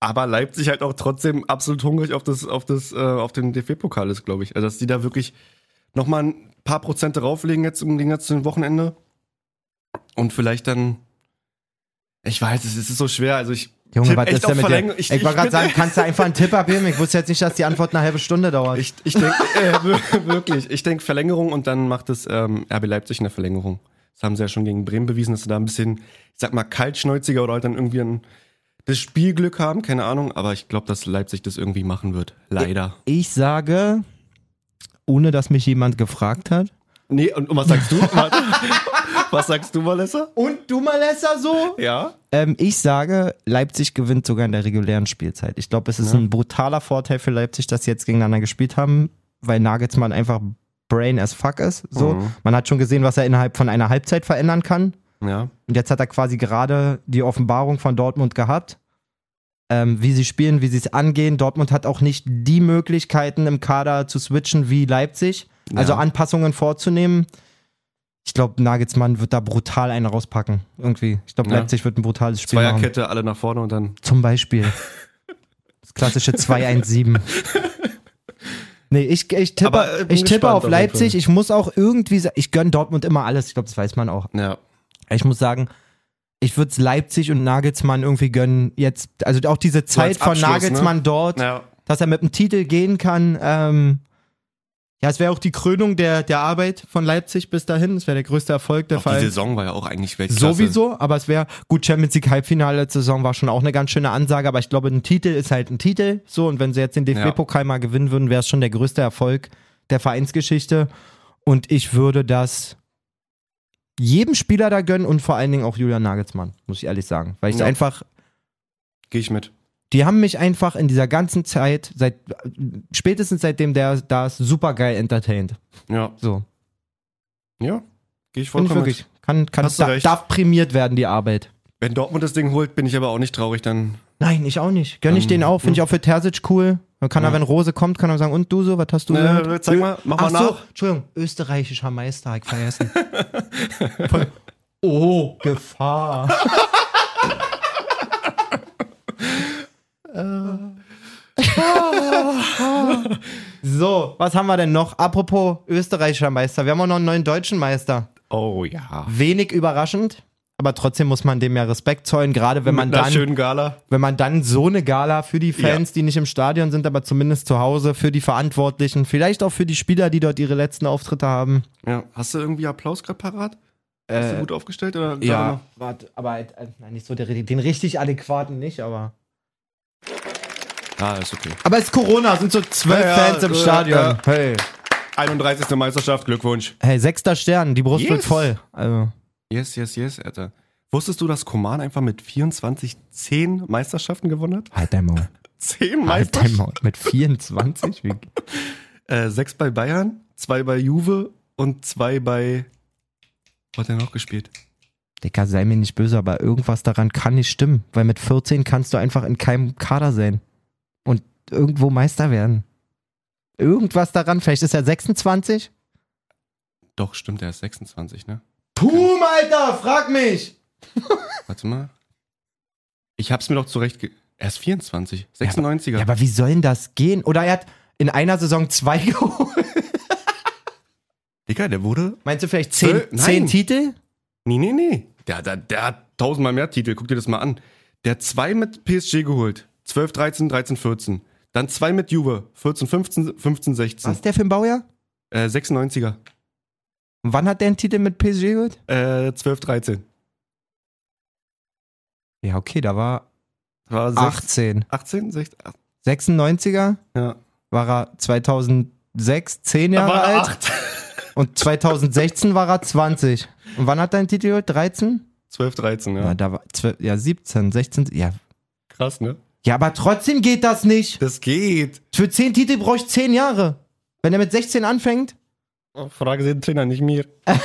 Speaker 3: Aber Leipzig halt auch trotzdem absolut hungrig auf, das, auf, das, äh, auf den DFB-Pokal ist, glaube ich. Also, dass die da wirklich nochmal ein paar Prozent drauflegen jetzt im Gegensatz zu dem Wochenende. Und vielleicht dann. Ich weiß, es ist so schwer. Also, ich.
Speaker 1: Junge,
Speaker 3: tipp
Speaker 1: was
Speaker 3: echt
Speaker 1: ist denn
Speaker 3: auf
Speaker 1: mit
Speaker 3: Verlängerung.
Speaker 1: dir? Ich, wollte gerade
Speaker 3: bin-
Speaker 1: sagen, kannst du einfach einen Tipp abgeben? Ich wusste jetzt nicht, dass die Antwort eine halbe Stunde dauert.
Speaker 3: Ich, ich denke, <laughs> äh, wir- wirklich, ich denke Verlängerung und dann macht es ähm, RB Leipzig in der Verlängerung. Das haben sie ja schon gegen Bremen bewiesen, dass sie da ein bisschen, ich sag mal, kaltschnäuziger oder halt dann irgendwie ein, das Spielglück haben, keine Ahnung, aber ich glaube, dass Leipzig das irgendwie machen wird. Leider.
Speaker 1: ich sage, ohne dass mich jemand gefragt hat.
Speaker 3: Nee, und, und was <laughs> sagst du? Warte. was sagst du, Valessa?
Speaker 1: Und du mal lesser so?
Speaker 3: Ja.
Speaker 1: Ähm, ich sage, Leipzig gewinnt sogar in der regulären Spielzeit. Ich glaube, es ist ein brutaler Vorteil für Leipzig, dass sie jetzt gegeneinander gespielt haben, weil Nagelsmann einfach brain as fuck ist. So, man hat schon gesehen, was er innerhalb von einer Halbzeit verändern kann.
Speaker 3: Ja.
Speaker 1: Und jetzt hat er quasi gerade die Offenbarung von Dortmund gehabt. Ähm, wie sie spielen, wie sie es angehen. Dortmund hat auch nicht die Möglichkeiten im Kader zu switchen wie Leipzig. Also
Speaker 3: Ja.
Speaker 1: Anpassungen vorzunehmen. Ich glaube, Nagelsmann wird da brutal einen rauspacken. Irgendwie. Ich glaube,
Speaker 3: Ja.
Speaker 1: Leipzig wird ein brutales Spiel machen.
Speaker 3: Zweierkette, alle nach vorne und dann.
Speaker 1: Zum Beispiel. Das klassische
Speaker 3: <laughs>
Speaker 1: 217. Nee, ich, ich tippe,
Speaker 3: Aber, äh, bin
Speaker 1: ich tippe
Speaker 3: gespannt
Speaker 1: auf
Speaker 3: auf jeden
Speaker 1: Leipzig.
Speaker 3: Fall.
Speaker 1: Ich muss auch irgendwie, sa- ich gönne Dortmund immer alles. Ich glaube, das weiß man auch.
Speaker 3: Ja.
Speaker 1: Ich muss sagen, ich würde es Leipzig und Nagelsmann irgendwie gönnen. Jetzt, also auch diese Zeit
Speaker 3: als
Speaker 1: von
Speaker 3: Abschluss, ne?
Speaker 1: Nagelsmann dort,
Speaker 3: Ja.
Speaker 1: dass er mit dem Titel gehen kann. Ähm, ja, es wäre auch die Krönung der, der Arbeit von Leipzig bis dahin. Es wäre der größte Erfolg der
Speaker 3: Auch die
Speaker 1: Fall.
Speaker 3: Saison war ja auch eigentlich Weltklasse.
Speaker 1: Sowieso, aber es wäre gut, Champions League Halbfinale letzte Saison war schon auch eine ganz schöne Ansage, aber ich glaube, ein Titel ist halt ein Titel. So, und wenn sie jetzt den DFB-Pokal mal gewinnen würden, wäre es schon der größte Erfolg der Vereinsgeschichte. Und ich würde das jedem Spieler da gönnen und vor allen Dingen auch Julian Nagelsmann, muss ich ehrlich sagen. Weil ich
Speaker 3: Ja.
Speaker 1: einfach,
Speaker 3: Gehe ich mit.
Speaker 1: die haben mich einfach in dieser ganzen Zeit, seit spätestens seitdem der da ist, super geil entertained.
Speaker 3: Ja.
Speaker 1: So.
Speaker 3: Ja. Gehe ich
Speaker 1: Bin ich
Speaker 3: vollkommen mit.
Speaker 1: wirklich. Kann, kann,
Speaker 3: Hast du
Speaker 1: da,
Speaker 3: recht.
Speaker 1: darf prämiert werden, die Arbeit.
Speaker 3: Wenn Dortmund das Ding holt, bin ich aber auch nicht traurig, dann
Speaker 1: Nein, ich auch nicht. Gönn ich
Speaker 3: Ähm,
Speaker 1: den auch, finde ich auch für Terzic cool. Dann kann er,
Speaker 3: Ja.
Speaker 1: wenn Rose kommt, kann er sagen, und du so, was hast du
Speaker 3: Nee,
Speaker 1: gehört?
Speaker 3: zeig Äh, mal, mach
Speaker 1: Ach
Speaker 3: mal
Speaker 1: so,
Speaker 3: nach.
Speaker 1: Entschuldigung, österreichischer Meister, hab ich
Speaker 3: <laughs>
Speaker 1: vergessen.
Speaker 3: <laughs>
Speaker 1: Voll- oh, Gefahr. So, was haben wir denn noch? Apropos österreichischer Meister. Wir haben auch noch einen neuen deutschen Meister.
Speaker 3: Oh ja.
Speaker 1: Wenig überraschend, aber trotzdem muss man dem ja Respekt zollen, gerade wenn man
Speaker 3: Mit einer
Speaker 1: dann
Speaker 3: schönen Gala.
Speaker 1: wenn man dann so eine Gala für die Fans, die nicht im Stadion sind, aber zumindest zu Hause, für die Verantwortlichen, vielleicht auch für die Spieler, die dort ihre letzten Auftritte haben.
Speaker 3: Ja. Hast du irgendwie Applaus gerade parat? Hast du gut aufgestellt? Oder
Speaker 1: ja, warte, aber äh, nein, nicht so der, den richtig adäquaten nicht, aber.
Speaker 3: Ah, ist okay.
Speaker 1: Aber es ist Corona, sind so zwölf
Speaker 3: Ja, ja,
Speaker 1: Fans im
Speaker 3: ja,
Speaker 1: Stadion.
Speaker 3: ja.
Speaker 1: Hey.
Speaker 3: 31. Meisterschaft, Glückwunsch.
Speaker 1: hey, sechster Stern, die Brust wird
Speaker 3: Yes.
Speaker 1: voll. Also,
Speaker 3: Yes, yes, yes, Alter. Wusstest du, dass Koman einfach mit 24 10 Meisterschaften gewonnen <laughs> hat?
Speaker 1: halt dein Maul.
Speaker 3: 10
Speaker 1: Halt dein
Speaker 3: Meisterschaften?
Speaker 1: Maul. Mit 24? Wie,
Speaker 3: Äh, sechs bei Bayern, zwei bei Juve und zwei bei. Wo hat er noch gespielt?
Speaker 1: Dicker, sei mir nicht böse, aber irgendwas daran kann nicht stimmen, weil mit 14 kannst du einfach in keinem Kader sein und irgendwo Meister werden. Irgendwas daran, vielleicht ist er 26?
Speaker 3: Doch, stimmt, er ist 26, ne?
Speaker 1: Pum, Alter, frag mich!
Speaker 3: Warte mal. Ich hab's mir doch zurecht. Ge er ist 24,
Speaker 1: aber-
Speaker 3: 96er.
Speaker 1: Ja, aber wie soll denn das gehen? Oder er hat in einer Saison zwei <laughs> geholt.
Speaker 3: Digga, der wurde.
Speaker 1: Meinst du vielleicht zehn,
Speaker 3: Zwöl- Nein.
Speaker 1: zehn Titel?
Speaker 3: Nee, nee, nee. Der, der, der hat tausendmal mehr Titel. Guck dir das mal an. Der hat zwei mit PSG geholt. 12, 13, 13, 14. Dann zwei mit Juve. 14, 15, 15, 16.
Speaker 1: Was ist der für ein Baujahr?
Speaker 3: Äh, 96er.
Speaker 1: Und wann hat der einen Titel mit PSG geholt?
Speaker 3: Äh, 12, 13.
Speaker 1: Ja, okay, da war
Speaker 3: War sech-
Speaker 1: 18.
Speaker 3: 18, 16, ach,
Speaker 1: 96er
Speaker 3: ja.
Speaker 1: war er 2006, 10
Speaker 3: Da
Speaker 1: Jahre
Speaker 3: war er
Speaker 1: alt.
Speaker 3: 8. <laughs>
Speaker 1: Und 2016 war er 20. Und wann hat dein Titel geholt? 13?
Speaker 3: 12, 13, ja.
Speaker 1: Ja, da war 12, ja 17, 16, ja.
Speaker 3: Krass, ne?
Speaker 1: Ja, aber trotzdem geht das nicht.
Speaker 3: Das geht.
Speaker 1: Für 10 Titel brauche ich 10 Jahre. Wenn er mit 16 anfängt,
Speaker 3: Oh, Frage den Trainer, nicht mir. <laughs>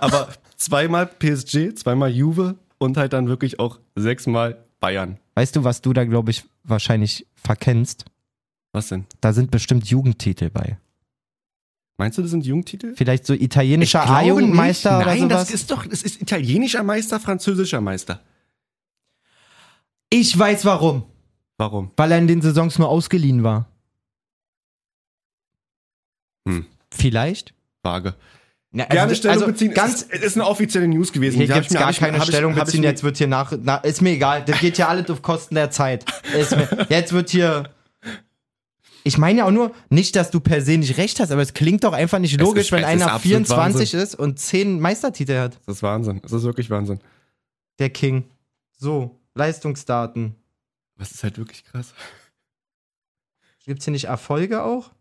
Speaker 3: Aber zweimal PSG, zweimal Juve und halt dann wirklich auch sechsmal Bayern.
Speaker 1: weißt du, was du da, glaube ich, wahrscheinlich verkennst?
Speaker 3: Was denn?
Speaker 1: Da sind bestimmt Jugendtitel bei.
Speaker 3: Meinst du, das sind Jugendtitel?
Speaker 1: Vielleicht so italienischer
Speaker 3: glaube
Speaker 1: A-Jugendmeister
Speaker 3: nicht.
Speaker 1: oder
Speaker 3: Nein,
Speaker 1: sowas.
Speaker 3: das ist doch, das ist italienischer Meister, französischer Meister.
Speaker 1: ich weiß warum.
Speaker 3: Warum?
Speaker 1: Weil er in den Saisons nur ausgeliehen war.
Speaker 3: Hm.
Speaker 1: Vielleicht?
Speaker 3: Frage.
Speaker 1: Na, also,
Speaker 3: Gerne Stellung beziehen.
Speaker 1: Ganz,
Speaker 3: es ist, es ist eine offizielle News gewesen.
Speaker 1: Hier
Speaker 3: Die hab
Speaker 1: gibt's
Speaker 3: ich mir-
Speaker 1: gar
Speaker 3: hab ich mir-
Speaker 1: keine
Speaker 3: hab ich-
Speaker 1: Stellung
Speaker 3: hab ich
Speaker 1: beziehen.
Speaker 3: mir-
Speaker 1: Jetzt wird hier nach. Na, ist mir egal. Das geht ja alles auf Kosten der Zeit. Ist mir, jetzt wird hier. Ich meine ja auch nur, nicht, dass du per se nicht recht hast, aber es klingt doch einfach nicht
Speaker 3: Es
Speaker 1: logisch,
Speaker 3: ist-
Speaker 1: wenn
Speaker 3: es ist
Speaker 1: einer
Speaker 3: absolut
Speaker 1: 24 ist und 10 Meistertitel hat.
Speaker 3: Das ist Wahnsinn. Das ist wirklich Wahnsinn.
Speaker 1: Der King. So, Leistungsdaten.
Speaker 3: Was ist halt wirklich krass.
Speaker 1: Gibt's hier nicht Erfolge auch?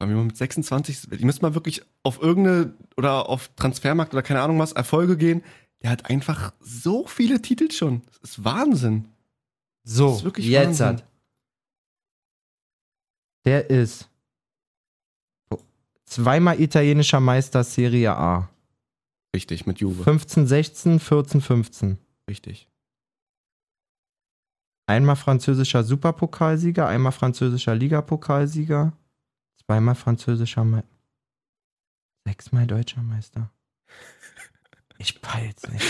Speaker 3: Bei mir um mit 26, die müssen mal wirklich auf irgendeine oder auf Transfermarkt oder keine Ahnung was Erfolge gehen. Der hat einfach so viele Titel schon. Das ist Wahnsinn.
Speaker 1: So,
Speaker 3: Das ist wirklich
Speaker 1: jetzt
Speaker 3: Wahnsinn.
Speaker 1: hat. Der ist Oh, zweimal italienischer Meister Serie A.
Speaker 3: Richtig, mit Juve.
Speaker 1: 15, 16, 14, 15.
Speaker 3: Richtig.
Speaker 1: Einmal französischer Superpokalsieger, einmal französischer Ligapokalsieger, zweimal französischer Me sechsmal deutscher Meister. Ich peil's
Speaker 3: <laughs>
Speaker 1: nicht.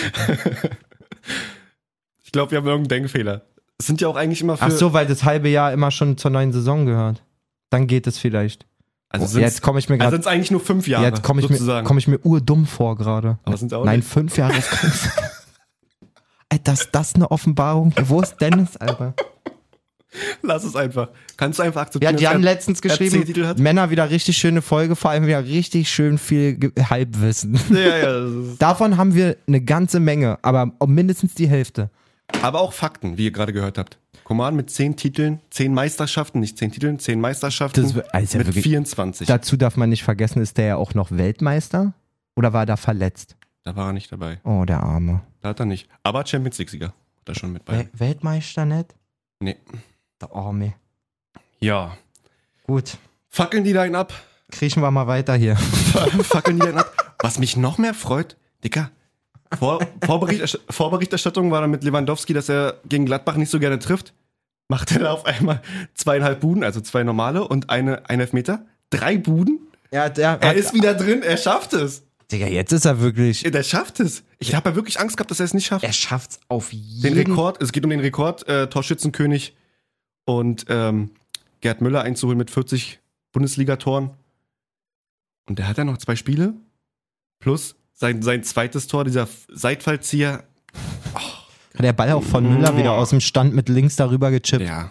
Speaker 3: Ich glaube, wir haben irgendeinen Denkfehler. Es sind ja auch eigentlich immer für.
Speaker 1: Ach so, weil das halbe Jahr immer schon zur neuen Saison gehört. Dann geht es vielleicht.
Speaker 3: also
Speaker 1: oh,
Speaker 3: sind
Speaker 1: jetzt
Speaker 3: es
Speaker 1: komme ich mir
Speaker 3: also
Speaker 1: gerade
Speaker 3: sind's eigentlich nur fünf Jahre.
Speaker 1: jetzt komme ich mir
Speaker 3: sozusagen.
Speaker 1: komme ich mir urdumm vor gerade.
Speaker 3: Aber sind's auch
Speaker 1: Nein,
Speaker 3: nicht. <laughs>
Speaker 1: fünf Jahre ist <laughs> kein Ey, das, das eine Offenbarung. Wo ist Dennis, Alter?
Speaker 3: Lass es einfach. Kannst du einfach akzeptieren.
Speaker 1: Ja, die
Speaker 3: dass
Speaker 1: haben
Speaker 3: er-
Speaker 1: letztens
Speaker 3: er zehn
Speaker 1: geschrieben,
Speaker 3: Titel hat?
Speaker 1: Männer wieder richtig schöne Folge, vor allem wieder richtig schön viel Ge- Halbwissen. <laughs>
Speaker 3: Ja, ja. das ist-
Speaker 1: Davon haben wir eine ganze Menge, aber um mindestens die Hälfte.
Speaker 3: Aber auch Fakten, wie ihr gerade gehört habt. Koman mit zehn Titeln, zehn Meisterschaften, nicht zehn Titeln, zehn Meisterschaften.
Speaker 1: Das wär- also
Speaker 3: mit
Speaker 1: wirklich-
Speaker 3: 24.
Speaker 1: Dazu darf man nicht vergessen, ist der ja auch noch Weltmeister oder war er da verletzt?
Speaker 3: da war er nicht dabei.
Speaker 1: Oh, der Arme.
Speaker 3: Da hat er nicht. Aber Champions League-Sieger. Da schon mit bei.
Speaker 1: Wel- Weltmeister nicht?
Speaker 3: Nee.
Speaker 1: Der Arme.
Speaker 3: Ja.
Speaker 1: Gut,
Speaker 3: Fackeln die deinen ab.
Speaker 1: kriechen wir mal weiter hier.
Speaker 3: Fackeln die deinen ab. Was mich noch mehr freut, Dicker. Vor, Vorberichterst Vorberichterstattung war dann mit Lewandowski, dass er gegen Gladbach nicht so gerne trifft. Macht er da auf einmal zweieinhalb Buden, also zwei normale und eine, ein Elfmeter. Drei Buden.
Speaker 1: <laughs> Ja, der
Speaker 3: Er ist wieder drin. Er schafft es.
Speaker 1: Digga, jetzt ist er wirklich.
Speaker 3: Ja, Der schafft es. Ich habe ja wirklich Angst gehabt, dass er es nicht schafft.
Speaker 1: Er schafft's auf jeden
Speaker 3: Den Rekord, es geht um den Rekord, äh, Torschützenkönig und ähm, Gerd Müller einzuholen mit 40 Bundesligatoren. Und der hat ja noch zwei Spiele. Plus sein, sein zweites Tor, dieser F- Seitfallzieher.
Speaker 1: Hat der Ball auch von Müller wieder aus dem Stand mit links darüber gechippt.
Speaker 3: Ja.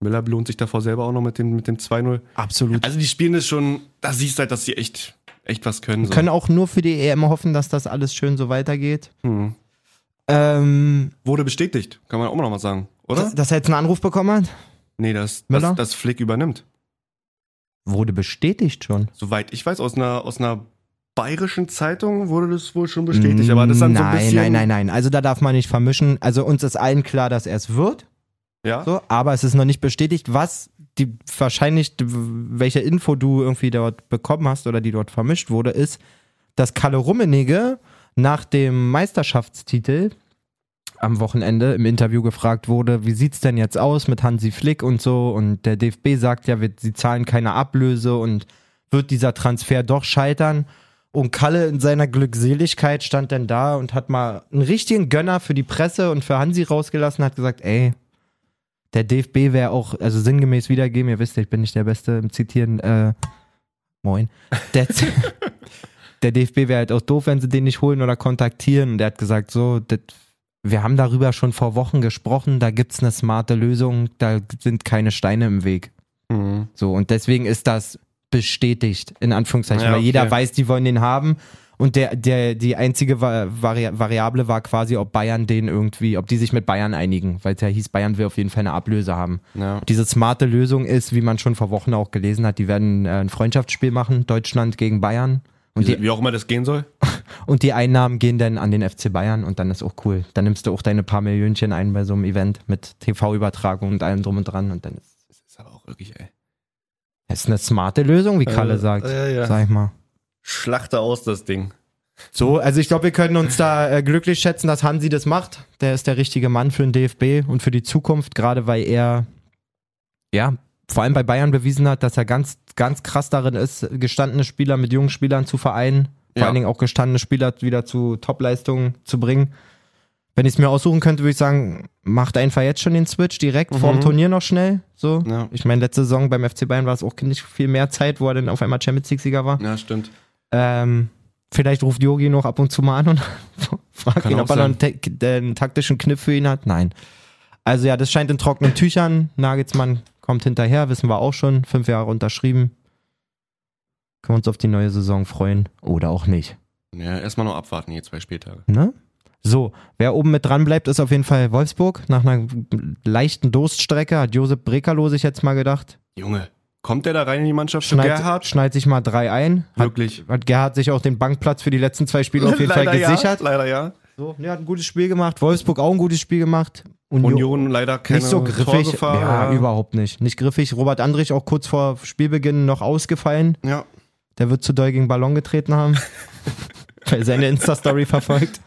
Speaker 3: Müller belohnt sich davor selber auch noch mit dem, mit dem 2-0.
Speaker 1: Absolut.
Speaker 3: Also die spielen das schon, da siehst du halt, dass sie echt, echt was können.
Speaker 1: Wir können auch nur für die EM hoffen, dass das alles schön so weitergeht.
Speaker 3: Hm.
Speaker 1: Ähm,
Speaker 3: Wurde bestätigt, kann man auch mal noch mal sagen, oder?
Speaker 1: dass, dass er jetzt einen Anruf bekommen hat?
Speaker 3: nee, das,
Speaker 1: Müller?
Speaker 3: das, das Flick übernimmt.
Speaker 1: Wurde bestätigt schon.
Speaker 3: Soweit ich weiß, aus einer, aus einer bayerischen Zeitung wurde das wohl schon bestätigt. aber das ist dann
Speaker 1: nein,
Speaker 3: so ein bisschen...
Speaker 1: nein, nein, nein. Also da darf man nicht vermischen. Also uns ist allen klar, dass er es wird.
Speaker 3: Ja?
Speaker 1: So, aber es ist noch nicht bestätigt, was die wahrscheinlich, welche Info du irgendwie dort bekommen hast oder die dort vermischt wurde, ist, dass Kalle Rummenigge nach dem Meisterschaftstitel am Wochenende im Interview gefragt wurde, wie sieht's denn jetzt aus mit Hansi Flick und so und der DFB sagt ja, wir, sie zahlen keine Ablöse und wird dieser Transfer doch scheitern und Kalle in seiner Glückseligkeit stand dann da und hat mal einen richtigen Gönner für die Presse und für Hansi rausgelassen, hat gesagt, ey, der DFB wäre auch, also sinngemäß wiedergeben, ihr wisst ja, ich bin nicht der Beste im Zitieren, äh, moin. Der,
Speaker 3: <laughs>
Speaker 1: der DFB wäre halt auch doof, wenn sie den nicht holen oder kontaktieren. Und der hat gesagt, so, das, wir haben darüber schon vor Wochen gesprochen, da gibt's eine smarte Lösung, da sind keine Steine im Weg.
Speaker 3: Mhm.
Speaker 1: So, und deswegen ist das bestätigt, in Anführungszeichen,
Speaker 3: Ja,
Speaker 1: weil jeder
Speaker 3: okay.
Speaker 1: weiß, die wollen den haben. Und der, der, die einzige Va- Vari Variable war quasi, ob Bayern den irgendwie, ob die sich mit Bayern einigen, weil es ja hieß, Bayern will auf jeden Fall eine Ablöse haben.
Speaker 3: Ja.
Speaker 1: Diese smarte Lösung ist, wie man schon vor Wochen auch gelesen hat, die werden äh, ein Freundschaftsspiel machen, Deutschland gegen Bayern. Und die,
Speaker 3: Wie auch immer das gehen soll.
Speaker 1: und die Einnahmen gehen dann an den FC Bayern und dann ist auch cool. Dann nimmst du auch deine paar Millionchen ein bei so einem Event mit TV-Übertragung und allem drum und dran und dann ist
Speaker 3: Das ist aber auch wirklich, ey.
Speaker 1: das ist eine smarte Lösung, wie Kalle
Speaker 3: Äh,
Speaker 1: sagt,
Speaker 3: äh, ja.
Speaker 1: sag ich mal.
Speaker 3: Schlachte aus das Ding.
Speaker 1: So, also ich glaube, wir können uns da äh, glücklich schätzen, dass Hansi das macht. Der ist der richtige Mann für den DFB und für die Zukunft, gerade weil er, ja, vor allem bei Bayern bewiesen hat, dass er ganz, ganz krass darin ist, gestandene Spieler mit jungen Spielern zu vereinen, vor
Speaker 3: Ja.
Speaker 1: allen Dingen auch gestandene Spieler wieder zu Topleistungen zu bringen. Wenn ich es mir aussuchen könnte, würde ich sagen, macht einfach jetzt schon den Switch direkt vor dem
Speaker 3: Mhm.
Speaker 1: Turnier noch schnell. So.
Speaker 3: Ja.
Speaker 1: Ich meine, letzte Saison beim FC Bayern war es auch nicht viel mehr Zeit, wo er dann auf einmal Champions League-Sieger war.
Speaker 3: Ja, stimmt.
Speaker 1: Ähm, vielleicht ruft Yogi noch ab und zu mal an und <laughs> fragt
Speaker 3: Kann
Speaker 1: ihn,
Speaker 3: auch
Speaker 1: ob er noch einen, te- äh, einen taktischen Kniff für ihn hat. Nein. Also ja, das scheint in trockenen Tüchern. Nagelsmann kommt hinterher, wissen wir auch schon. Fünf Jahre unterschrieben. Können wir uns auf die neue Saison freuen oder auch nicht.
Speaker 3: Ja, erstmal noch abwarten, hier zwei Spieltage.
Speaker 1: Ne? So, wer oben mit dran bleibt, ist auf jeden Fall Wolfsburg. Nach einer leichten Durststrecke hat Josep Brekalo sich jetzt mal gedacht.
Speaker 3: Junge, kommt der da rein in die Mannschaft?
Speaker 1: Schneid,
Speaker 3: Gerhard?
Speaker 1: schneid sich mal drei ein. Hat,
Speaker 3: Wirklich.
Speaker 1: hat Gerhard sich auch den Bankplatz für die letzten zwei Spiele auf jeden Fall
Speaker 3: <laughs> Leider ja,
Speaker 1: gesichert.
Speaker 3: Leider ja.
Speaker 1: So, ne, hat ein gutes Spiel gemacht. Wolfsburg auch ein gutes Spiel gemacht. Union,
Speaker 3: Union leider keine
Speaker 1: nicht so griffig.
Speaker 3: Torgefahr.
Speaker 1: ja, überhaupt nicht. Nicht griffig. Robert Andrich auch kurz vor Spielbeginn noch ausgefallen.
Speaker 3: Ja.
Speaker 1: Der wird zu doll gegen Ballon getreten haben. Weil seine Insta-Story verfolgt.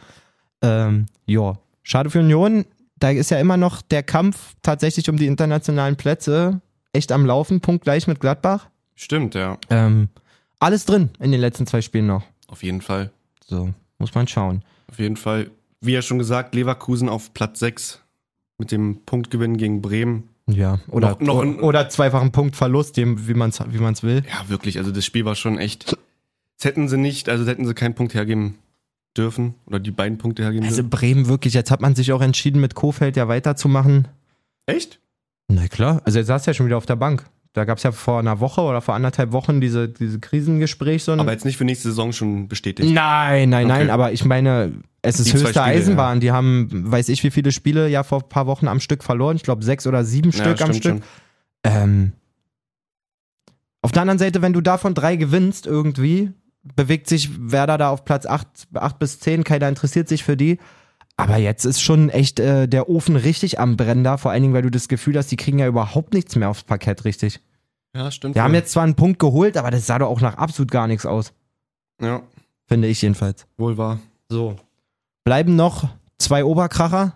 Speaker 1: Ähm, ja, schade für Union. Da ist ja immer noch der Kampf tatsächlich um die internationalen Plätze echt am Laufen. Punkt gleich mit Gladbach.
Speaker 3: Stimmt, ja.
Speaker 1: Ähm, alles drin in den letzten zwei Spielen noch.
Speaker 3: Auf jeden Fall.
Speaker 1: So, muss man schauen.
Speaker 3: Auf jeden Fall. Wie ja schon gesagt, Leverkusen auf Platz 6 mit dem Punktgewinn gegen Bremen.
Speaker 1: Ja, oder,
Speaker 3: Noch- noch ein-
Speaker 1: oder zweifachen Punktverlust, dem, wie man es wie man's will.
Speaker 3: Ja, wirklich. Also das Spiel war schon echt. Das hätten sie nicht, also hätten sie keinen Punkt hergeben dürfen. Oder die beiden Punkte hergeben
Speaker 1: Also
Speaker 3: dürfen.
Speaker 1: Bremen wirklich, jetzt hat man sich auch entschieden, mit Kofeld ja weiterzumachen.
Speaker 3: Echt?
Speaker 1: Na klar. Also er saß ja schon wieder auf der Bank. Da gab es ja vor einer Woche oder vor anderthalb Wochen diese, diese Krisengespräch. So ein
Speaker 3: Aber jetzt nicht für nächste Saison schon bestätigt.
Speaker 1: nein, nein, nein,
Speaker 3: Okay.
Speaker 1: aber ich meine, es ist
Speaker 3: Die zwei
Speaker 1: höchste
Speaker 3: Spiele,
Speaker 1: Eisenbahn. Die haben, weiß ich wie viele Spiele, ja vor ein paar Wochen am Stück verloren. Ich glaube sechs oder sieben Stück am Stück.
Speaker 3: schon.
Speaker 1: Ähm, auf der anderen Seite, wenn du davon drei gewinnst irgendwie, bewegt sich Werder da auf Platz 8, 8 bis 10, keiner interessiert sich für die. Aber jetzt ist schon echt äh, der Ofen richtig am Brennen da, vor allen Dingen, weil du das Gefühl hast, die kriegen ja überhaupt nichts mehr aufs Parkett richtig.
Speaker 3: Ja, stimmt.
Speaker 1: Die haben jetzt zwar einen Punkt geholt, aber das sah doch auch nach absolut gar nichts aus,
Speaker 3: Ja,
Speaker 1: finde ich jedenfalls.
Speaker 3: wohl wahr.
Speaker 1: So. Bleiben noch zwei Oberkracher.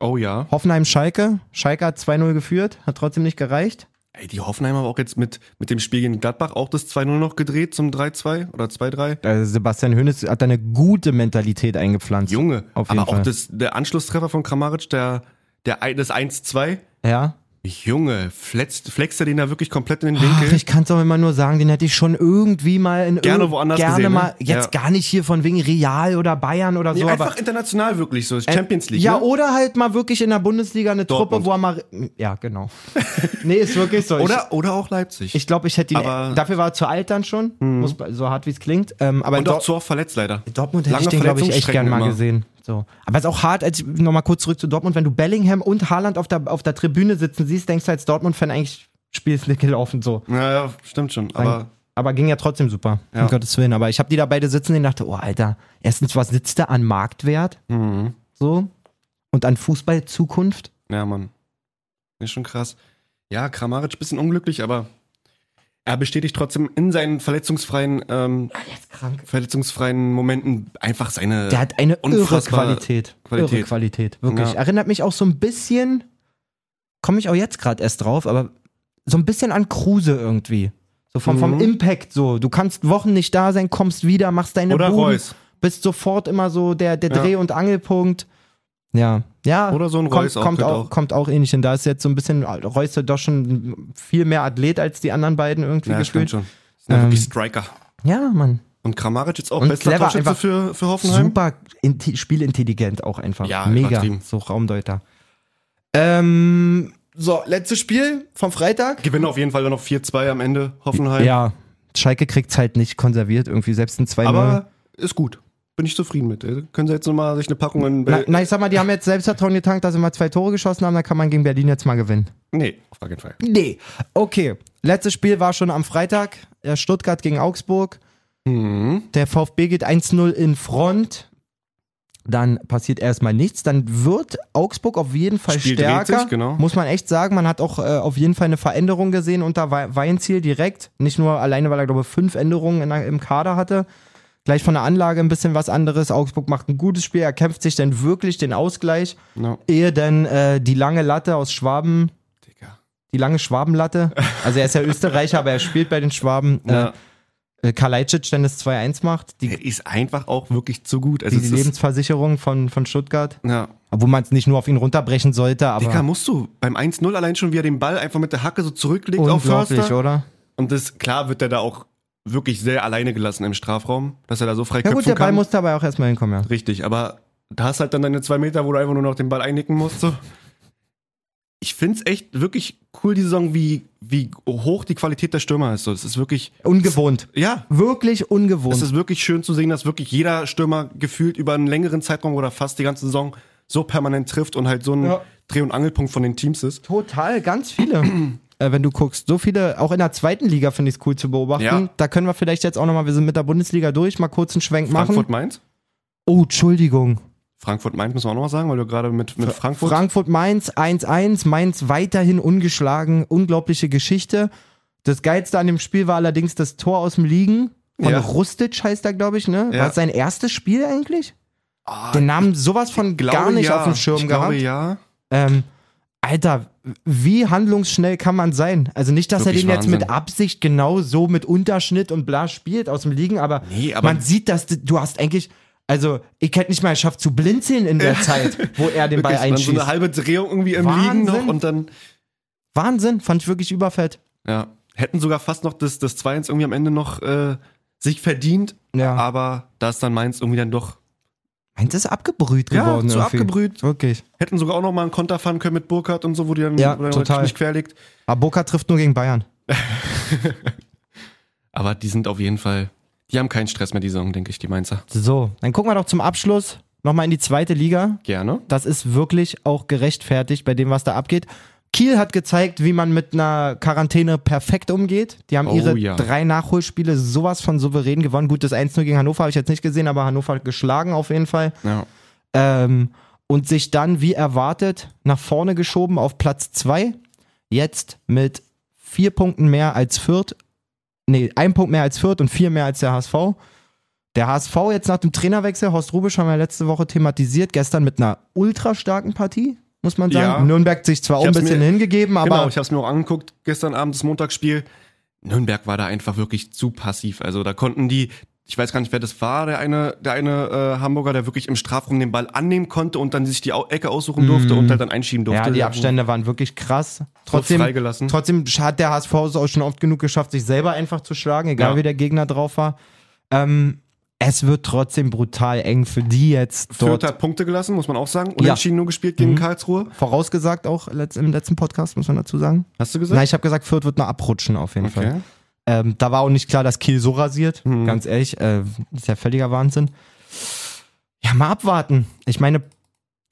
Speaker 3: Oh ja.
Speaker 1: Hoffenheim-Schalke. Schalke hat 2-0 geführt, hat trotzdem nicht gereicht.
Speaker 3: Ey, die Hoffenheimer haben auch jetzt mit, mit dem Spiel gegen Gladbach auch das 2-0 noch gedreht zum 3-2 oder 2-3.
Speaker 1: Also Sebastian Hönes hat da eine gute Mentalität eingepflanzt.
Speaker 3: Junge,
Speaker 1: Auf jeden
Speaker 3: aber auch
Speaker 1: Fall.
Speaker 3: das, der Anschlusstreffer von Kramaric, der, der, ein- das 1-2.
Speaker 1: Ja.
Speaker 3: Junge, flext, flext er den da wirklich komplett in den
Speaker 1: Ach,
Speaker 3: Winkel?
Speaker 1: ich kann es auch immer nur sagen, den hätte ich schon irgendwie mal in
Speaker 3: Gerne
Speaker 1: irgend-
Speaker 3: woanders
Speaker 1: gerne
Speaker 3: gesehen, ne?
Speaker 1: mal jetzt
Speaker 3: Ja.
Speaker 1: gar nicht hier von wegen Real oder Bayern oder
Speaker 3: Nee,
Speaker 1: so,
Speaker 3: einfach
Speaker 1: aber
Speaker 3: international wirklich so. Champions League.
Speaker 1: Ja,
Speaker 3: ne?
Speaker 1: oder halt mal wirklich in der Bundesliga eine
Speaker 3: Dortmund.
Speaker 1: Truppe, wo er mal ja, genau. <laughs> nee, ist wirklich so. Ich-
Speaker 3: oder, oder auch Leipzig.
Speaker 1: Ich glaube, ich hätte ihn.
Speaker 3: Aber- Hm.
Speaker 1: dafür war er zu alt dann schon, muss, so hart wie es klingt. Ähm, aber in
Speaker 3: Und auch
Speaker 1: Dort
Speaker 3: zu oft verletzt leider.
Speaker 1: Dortmund hätte ich den, glaube ich, echt gern
Speaker 3: Verletzungsstrecken
Speaker 1: mal
Speaker 3: immer.
Speaker 1: gesehen. So. Aber es ist auch hart, als nochmal kurz zurück zu Dortmund, wenn du Bellingham und Haaland auf der, auf der Tribüne sitzen siehst, denkst du als Dortmund-Fan eigentlich, Spiel ist nicht gelaufen so.
Speaker 3: Ja, ja, stimmt schon. Aber
Speaker 1: Aber ging ja trotzdem super,
Speaker 3: Ja.
Speaker 1: um Gottes Willen. Aber ich habe die da beide sitzen und dachte, oh Alter, erstens, was sitzt da an Marktwert? So. Und an Fußballzukunft?
Speaker 3: hm. Ja, Mann. Ist schon krass. Ja, Kramaric bisschen unglücklich, aber er bestätigt trotzdem in seinen verletzungsfreien, ähm,
Speaker 1: Jetzt krank.
Speaker 3: verletzungsfreien Momenten einfach seine.
Speaker 1: Der hat eine irre
Speaker 3: Unfassbare
Speaker 1: Qualität.
Speaker 3: Qualität.
Speaker 1: Irre Qualität, wirklich.
Speaker 3: Ja.
Speaker 1: Erinnert mich auch so ein bisschen, komme ich auch jetzt gerade erst drauf, aber so ein bisschen an Kruse irgendwie. So vom, vom
Speaker 3: Mhm.
Speaker 1: Impact so. Du kannst Wochen nicht da sein, kommst wieder, machst deine
Speaker 3: oder
Speaker 1: Buden,
Speaker 3: Reus.
Speaker 1: bist sofort immer so der, der
Speaker 3: Ja.
Speaker 1: Dreh- und Angelpunkt. Ja, ja.
Speaker 3: Oder so ein
Speaker 1: kommt,
Speaker 3: Reus auch,
Speaker 1: kommt,
Speaker 3: könnte
Speaker 1: auch,
Speaker 3: auch.
Speaker 1: kommt auch ähnlich hin. Da ist jetzt so ein bisschen Reus doch schon viel mehr Athlet als die anderen beiden irgendwie
Speaker 3: Ja, stimmt
Speaker 1: gespielt.
Speaker 3: schon. Ist ähm,
Speaker 1: Ähm,
Speaker 3: wirklich Striker.
Speaker 1: Ja, Mann.
Speaker 3: Und Kramaric jetzt auch
Speaker 1: Und
Speaker 3: bester
Speaker 1: clever,
Speaker 3: Torschütze
Speaker 1: einfach
Speaker 3: für, für Hoffenheim.
Speaker 1: super inti- spielintelligent auch einfach.
Speaker 3: Mhm. Ja,
Speaker 1: Mega.
Speaker 3: übertrieben.
Speaker 1: So Raumdeuter. Ähm, so, letztes Spiel vom Freitag.
Speaker 3: Gewinnt auf jeden Fall dann noch 4-2 am Ende, Hoffenheim.
Speaker 1: Ja, Schalke kriegt's halt nicht konserviert irgendwie, selbst ein 2-0.
Speaker 3: Aber ist gut. Bin ich zufrieden mit. Äh, Können sie jetzt nochmal sich eine Packung in
Speaker 1: na,
Speaker 3: Bel
Speaker 1: na, ich sag mal, die haben jetzt Selbstvertrauen getankt, dass sie mal zwei Tore geschossen haben, dann kann man gegen Berlin jetzt mal gewinnen.
Speaker 3: Nee, auf gar keinen Fall.
Speaker 1: Nee. Okay, letztes Spiel war schon am Freitag. äh, Stuttgart gegen Augsburg.
Speaker 3: Mhm.
Speaker 1: Der VfB geht 1-0 in Front. Dann passiert erstmal nichts. Dann wird Augsburg auf jeden Fall
Speaker 3: Spiel dreht
Speaker 1: stärker.
Speaker 3: sich, genau.
Speaker 1: Muss man echt sagen. Man hat auch äh, auf jeden Fall eine Veränderung gesehen unter We Weinziel direkt. Nicht nur alleine, weil er, glaube ich, fünf Änderungen in, der- im Kader hatte. Gleich von der Anlage ein bisschen was anderes. Augsburg macht ein gutes Spiel. Er kämpft sich dann wirklich den Ausgleich.
Speaker 3: No.
Speaker 1: Ehe dann äh, die lange Latte aus Schwaben
Speaker 3: Digga.
Speaker 1: die lange Schwabenlatte. Also er
Speaker 3: <laughs>
Speaker 1: ist ja Österreicher, aber er spielt bei den Schwaben.
Speaker 3: Ja.
Speaker 1: Äh, Kalajdzic, wenn es 2-1 macht, die,
Speaker 3: Der ist einfach auch wirklich zu gut. Also
Speaker 1: die,
Speaker 3: es
Speaker 1: die
Speaker 3: ist-
Speaker 1: Lebensversicherung von, von Stuttgart.
Speaker 3: ja.
Speaker 1: Obwohl man es nicht nur auf ihn runterbrechen sollte, aber
Speaker 3: Digga, musst du beim 1-0 allein schon, wie er den Ball einfach mit der Hacke so zurücklegt auf
Speaker 1: unglaublich, oh.
Speaker 3: Förster.
Speaker 1: oder?
Speaker 3: Und das, klar wird er da auch wirklich sehr alleine gelassen im Strafraum, dass er da so frei
Speaker 1: Ja
Speaker 3: köpfen
Speaker 1: gut, der Ball
Speaker 3: kann.
Speaker 1: muss dabei auch erstmal hinkommen, ja.
Speaker 3: Richtig, aber da hast halt dann deine zwei Meter, wo du einfach nur noch den Ball einnicken musst. So. Ich find's echt wirklich cool, die Saison, wie, wie hoch die Qualität der Stürmer ist. So, es ist wirklich,
Speaker 1: Ungewohnt.
Speaker 3: ja,
Speaker 1: Wirklich
Speaker 3: es
Speaker 1: ungewohnt.
Speaker 3: ist wirklich schön zu sehen, dass wirklich jeder Stürmer gefühlt über einen längeren Zeitraum oder fast die ganze Saison so permanent trifft und halt so ein
Speaker 1: Ja.
Speaker 3: Dreh- und Angelpunkt von den Teams ist.
Speaker 1: Total, ganz
Speaker 3: <clears throat>
Speaker 1: viele. äh, wenn du guckst, so viele, auch in der zweiten Liga finde ich es cool zu beobachten.
Speaker 3: Ja.
Speaker 1: Da können wir vielleicht jetzt auch nochmal, wir sind mit der Bundesliga durch, mal kurz einen Schwenk machen.
Speaker 3: Frankfurt-Mainz?
Speaker 1: Oh, Entschuldigung.
Speaker 3: Frankfurt-Mainz müssen wir auch nochmal sagen, weil du gerade mit, mit Frankfurt...
Speaker 1: Frankfurt-Mainz 1-1, Mainz weiterhin ungeschlagen, unglaubliche Geschichte. Das Geilste an dem Spiel war allerdings das Tor aus dem Liegen. Von
Speaker 3: Ja.
Speaker 1: Rustic heißt er, glaube ich, ne?
Speaker 3: Ja.
Speaker 1: War es sein erstes Spiel eigentlich?
Speaker 3: Ah,
Speaker 1: Den Namen sowas von
Speaker 3: ich glaube,
Speaker 1: gar nicht
Speaker 3: ja.
Speaker 1: auf dem Schirm
Speaker 3: ich
Speaker 1: gehabt.
Speaker 3: Glaube, ja.
Speaker 1: Ähm, Alter, wie handlungsschnell kann man sein? Also nicht, dass
Speaker 3: Wirklich
Speaker 1: er den jetzt mit
Speaker 3: Wahnsinn.
Speaker 1: Absicht genau so mit Unterschnitt und bla spielt aus dem Liegen, aber,
Speaker 3: Nee, aber-
Speaker 1: man sieht, dass du, du hast eigentlich, also ich hätte nicht mal geschafft zu blinzeln in der Zeit, wo er den Ball
Speaker 3: <laughs> Wirklich, dann so
Speaker 1: einschießt.
Speaker 3: eine halbe Drehung irgendwie im Liegen noch
Speaker 1: Wahnsinn.
Speaker 3: und dann...
Speaker 1: Wahnsinn, fand ich wirklich überfett.
Speaker 3: Ja. Hätten sogar fast noch das, das 2-1 irgendwie am Ende noch äh, sich verdient,
Speaker 1: Ja.
Speaker 3: aber da ist dann Mainz irgendwie dann doch.
Speaker 1: Meins ist abgebrüht
Speaker 3: Ja,
Speaker 1: geworden.
Speaker 3: zu
Speaker 1: irgendwie.
Speaker 3: abgebrüht.
Speaker 1: Wirklich.
Speaker 3: Hätten sogar auch noch mal einen Konter fahren können mit Burkhardt und so, wo die dann
Speaker 1: Ja,
Speaker 3: wo der
Speaker 1: total.
Speaker 3: nicht querlegt.
Speaker 1: Aber Boca trifft nur gegen Bayern.
Speaker 3: Aber die sind auf jeden Fall, die haben keinen Stress mehr, die Saison, denke ich, die Mainzer.
Speaker 1: So, dann gucken wir doch zum Abschluss nochmal in die zweite Liga.
Speaker 3: Gerne.
Speaker 1: Das ist wirklich auch gerechtfertigt bei dem, was da abgeht. Kiel hat gezeigt, wie man mit einer Quarantäne perfekt umgeht. Die haben
Speaker 3: Oh,
Speaker 1: ihre
Speaker 3: ja.
Speaker 1: drei Nachholspiele sowas von souverän gewonnen. Gut, das 1-0 gegen Hannover habe ich jetzt nicht gesehen, aber Hannover hat geschlagen auf jeden Fall.
Speaker 3: Ja.
Speaker 1: ähm, und sich dann, wie erwartet, nach vorne geschoben auf Platz 2. Jetzt mit vier Punkten mehr als Fürth. Nee, ein Punkt mehr als Fürth und vier mehr als der HSV. Der HSV jetzt nach dem Trainerwechsel, Horst Rubisch haben wir letzte Woche thematisiert, gestern mit einer ultra starken Partie, muss man sagen.
Speaker 3: Ja.
Speaker 1: Nürnberg hat sich zwar auch
Speaker 3: Ich
Speaker 1: ein
Speaker 3: hab's
Speaker 1: bisschen
Speaker 3: mir-
Speaker 1: hingegeben, aber
Speaker 3: genau, ich habe es mir auch angeguckt, gestern Abend das Montagsspiel. Nürnberg war da einfach wirklich zu passiv. Also da konnten die, ich weiß gar nicht, wer das war, der eine, der eine äh, Hamburger, der wirklich im Strafraum den Ball annehmen konnte und dann sich die Au Ecke aussuchen durfte und halt dann einschieben durfte.
Speaker 1: Mhm. Ja, die Abstände waren wirklich krass. Trotzdem,
Speaker 3: freigelassen.
Speaker 1: trotzdem hat der HSV es auch schon oft genug geschafft, sich selber einfach zu schlagen, egal
Speaker 3: Ja.
Speaker 1: wie der Gegner drauf war. Ähm, es wird trotzdem brutal eng für die jetzt
Speaker 3: Fürth
Speaker 1: dort. Mhm.
Speaker 3: hat Punkte gelassen, muss man auch sagen. Unentschieden nur gespielt gegen Karlsruhe.
Speaker 1: Vorausgesagt auch letzt, im letzten Podcast, muss man dazu sagen.
Speaker 3: Hast du gesagt?
Speaker 1: Nein, ich habe gesagt, Fürth wird mal abrutschen auf jeden Fall.
Speaker 3: Okay.
Speaker 1: Ähm, da war auch nicht klar, dass Kiel so rasiert. Ganz ehrlich, äh, ist ja völliger Wahnsinn. Ja, mal abwarten. Ich meine,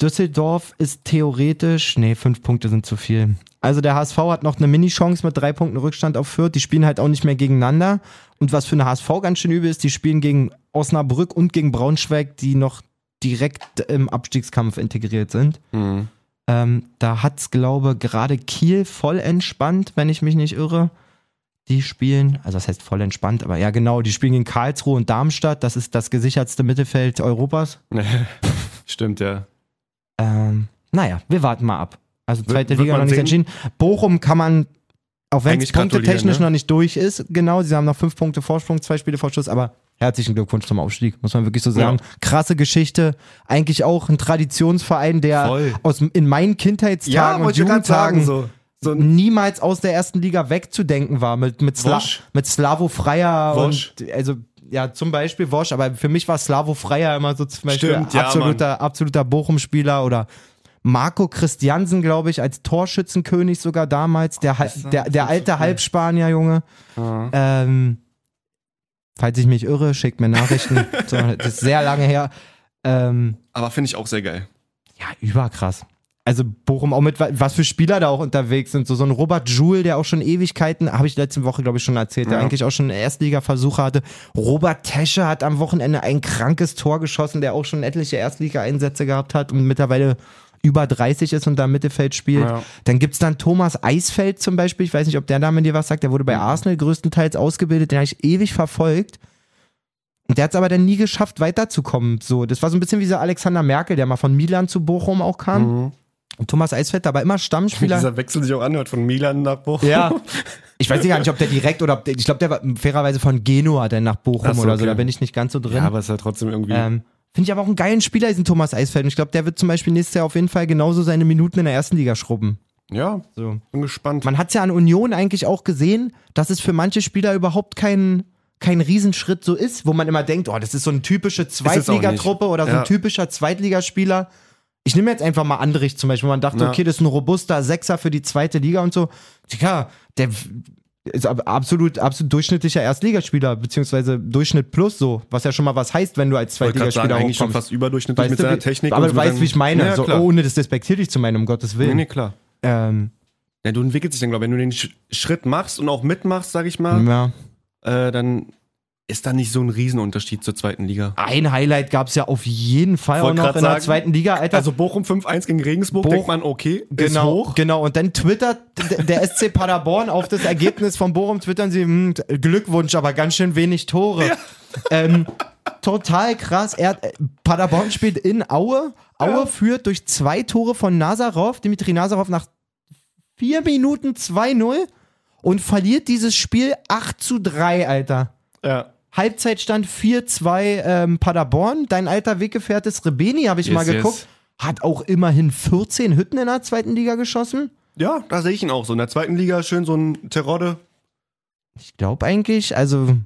Speaker 1: Düsseldorf ist theoretisch, nee, fünf Punkte sind zu viel. Also der HSV hat noch eine Mini-Chance mit drei Punkten Rückstand auf Fürth. Die spielen halt auch nicht mehr gegeneinander. Und was für eine HSV ganz schön übel ist, die spielen gegen Osnabrück und gegen Braunschweig, die noch direkt im Abstiegskampf integriert sind.
Speaker 3: Mhm.
Speaker 1: Ähm, da hat's, glaube gerade Kiel voll entspannt, wenn ich mich nicht irre. Die spielen, also das heißt voll entspannt, aber ja genau, die spielen gegen Karlsruhe und Darmstadt. Das ist das gesichertste Mittelfeld Europas.
Speaker 3: Hm. <laughs> Stimmt, ja.
Speaker 1: Ähm, naja, wir warten mal ab. Also zweite
Speaker 3: wird
Speaker 1: Liga
Speaker 3: man
Speaker 1: noch nicht
Speaker 3: sehen?
Speaker 1: entschieden. Bochum kann man, auch wenn es
Speaker 3: Eigentlich gratulieren,
Speaker 1: punktetechnisch
Speaker 3: ne?
Speaker 1: noch nicht durch ist, genau, sie haben noch fünf Punkte Vorsprung, zwei Spiele vor Schluss, aber herzlichen Glückwunsch zum Aufstieg, muss man wirklich so sagen. Krasse Geschichte, eigentlich auch ein Traditionsverein, der
Speaker 3: Voll.
Speaker 1: aus, in meinen Kindheitstagen und Jugendtagen
Speaker 3: so. so ein
Speaker 1: niemals aus der ersten Liga wegzudenken war mit, mit, Sla
Speaker 3: Wosch.
Speaker 1: mit Slavo Freier
Speaker 3: Wosch.
Speaker 1: und also ja zum Beispiel Wosch, aber für mich war Slavo Freier immer so zum Beispiel
Speaker 3: Stimmt, ja,
Speaker 1: absoluter, absoluter Bochum-Spieler oder Marco Christiansen, glaube ich, als Torschützenkönig sogar damals, der, Hal- der, der alte Halbspanier, Junge. Ähm, falls ich mich irre, schickt mir
Speaker 3: <laughs>
Speaker 1: Nachrichten. so, das ist sehr lange her. Ähm,
Speaker 3: aber finde ich auch sehr geil.
Speaker 1: ja, überkrass. Also Bochum auch mit, wa- was für Spieler da auch unterwegs sind. So, so ein Robert Joule, der auch schon Ewigkeiten, habe ich letzte Woche, glaube ich, schon erzählt, der
Speaker 3: Ja.
Speaker 1: eigentlich auch schon Erstliga-Versuche hatte. Robert Tesche hat am Wochenende ein krankes Tor geschossen, der auch schon etliche Erstliga-Einsätze gehabt hat und mittlerweile über 30 ist und da im Mittelfeld spielt.
Speaker 3: Ja.
Speaker 1: Dann gibt's dann Thomas Eisfeld zum Beispiel, ich weiß nicht, ob der Name dir was sagt, der wurde
Speaker 3: Mhm.
Speaker 1: bei Arsenal größtenteils ausgebildet, den habe ich ewig verfolgt. Und Der hat es aber dann nie geschafft, weiterzukommen. So, das war so ein bisschen wie dieser Alexander Merkel, der mal von Milan zu Bochum auch kam. Und Thomas Eisfeld dabei immer Stammspieler.
Speaker 3: Mhm. Dieser Wechsel sich auch anhört von Milan nach Bochum.
Speaker 1: Ja. <laughs> Ich weiß gar nicht, ob der direkt oder ob der, ich glaube, der war fairerweise von Genua dann nach Bochum
Speaker 3: Ach so,
Speaker 1: oder so.
Speaker 3: okay.
Speaker 1: Da bin ich nicht ganz so drin.
Speaker 3: <laughs> Ja, aber ist ja trotzdem irgendwie.
Speaker 1: ähm, Finde ich aber auch einen geilen Spieler, diesen Thomas Eisfeld. Und ich glaube, der wird zum Beispiel nächstes Jahr auf jeden Fall genauso seine Minuten in der ersten Liga schrubben.
Speaker 3: ja,
Speaker 1: So.
Speaker 3: bin gespannt.
Speaker 1: Man hat es ja an Union eigentlich auch gesehen, dass es für manche Spieler überhaupt kein, kein Riesenschritt so ist, wo man immer denkt, oh, das ist so eine typische
Speaker 3: es auch nicht.
Speaker 1: Zweitligatruppe oder so
Speaker 3: Ja.
Speaker 1: ein typischer Zweitligaspieler. Ich nehme jetzt einfach mal Andrich zum Beispiel. Man dachte,
Speaker 3: Ja.
Speaker 1: okay, das ist ein robuster Sechser für die zweite Liga und so. Tja, der ist ab- absolut, absolut durchschnittlicher Erstligaspieler, beziehungsweise Durchschnitt plus so, was ja schon mal was heißt, wenn du als
Speaker 3: wollte gerade sagen,
Speaker 1: Zweitligaspieler
Speaker 3: eigentlich schon
Speaker 1: hochkommst.
Speaker 3: fast überdurchschnittlich mit
Speaker 1: du,
Speaker 3: seiner
Speaker 1: wie-
Speaker 3: Technik.
Speaker 1: aber
Speaker 3: und
Speaker 1: du
Speaker 3: mit
Speaker 1: weißt,
Speaker 3: seinem-
Speaker 1: wie ich meine,
Speaker 3: Ja,
Speaker 1: so, oh,
Speaker 3: klar.
Speaker 1: ohne das despektierlich zu meinen, um Gottes
Speaker 3: Nee,
Speaker 1: Willen.
Speaker 3: nee, klar.
Speaker 1: Ähm,
Speaker 3: Ja, du entwickelst dich dann, glaube ich, wenn du den Sch Schritt machst und auch mitmachst, sag ich mal,
Speaker 1: ja.
Speaker 3: äh, dann ist da nicht so ein Riesenunterschied zur zweiten Liga.
Speaker 1: Ein Highlight gab es ja auf jeden Fall
Speaker 3: Wollt
Speaker 1: auch noch
Speaker 3: grad
Speaker 1: in der
Speaker 3: sagen,
Speaker 1: zweiten Liga, Alter.
Speaker 3: Also Bochum 5-1 gegen Regensburg,
Speaker 1: Boch-
Speaker 3: denkt man, okay, ist
Speaker 1: genau,
Speaker 3: hoch.
Speaker 1: genau. Und dann twittert d- der SC Paderborn auf das Ergebnis von Bochum, twittern sie, hm, t- Glückwunsch, aber ganz schön wenig Tore. Ähm, total krass. Er, äh, Paderborn spielt in Aue. Aue führt durch zwei Tore von Nazarov, Dimitri Nazarov nach vier Minuten 2-0 und verliert dieses Spiel 8 zu 3, Alter.
Speaker 3: Ja.
Speaker 1: Halbzeitstand 4-2 ähm, Paderborn. Dein alter Weggefährte Srebeni, habe ich
Speaker 3: Yes,
Speaker 1: mal
Speaker 3: yes.
Speaker 1: geguckt, hat auch immerhin 14 Hütten in der zweiten Liga geschossen.
Speaker 3: ja, da sehe ich ihn auch so. In der zweiten Liga schön so ein Terodde.
Speaker 1: Ich glaube eigentlich, also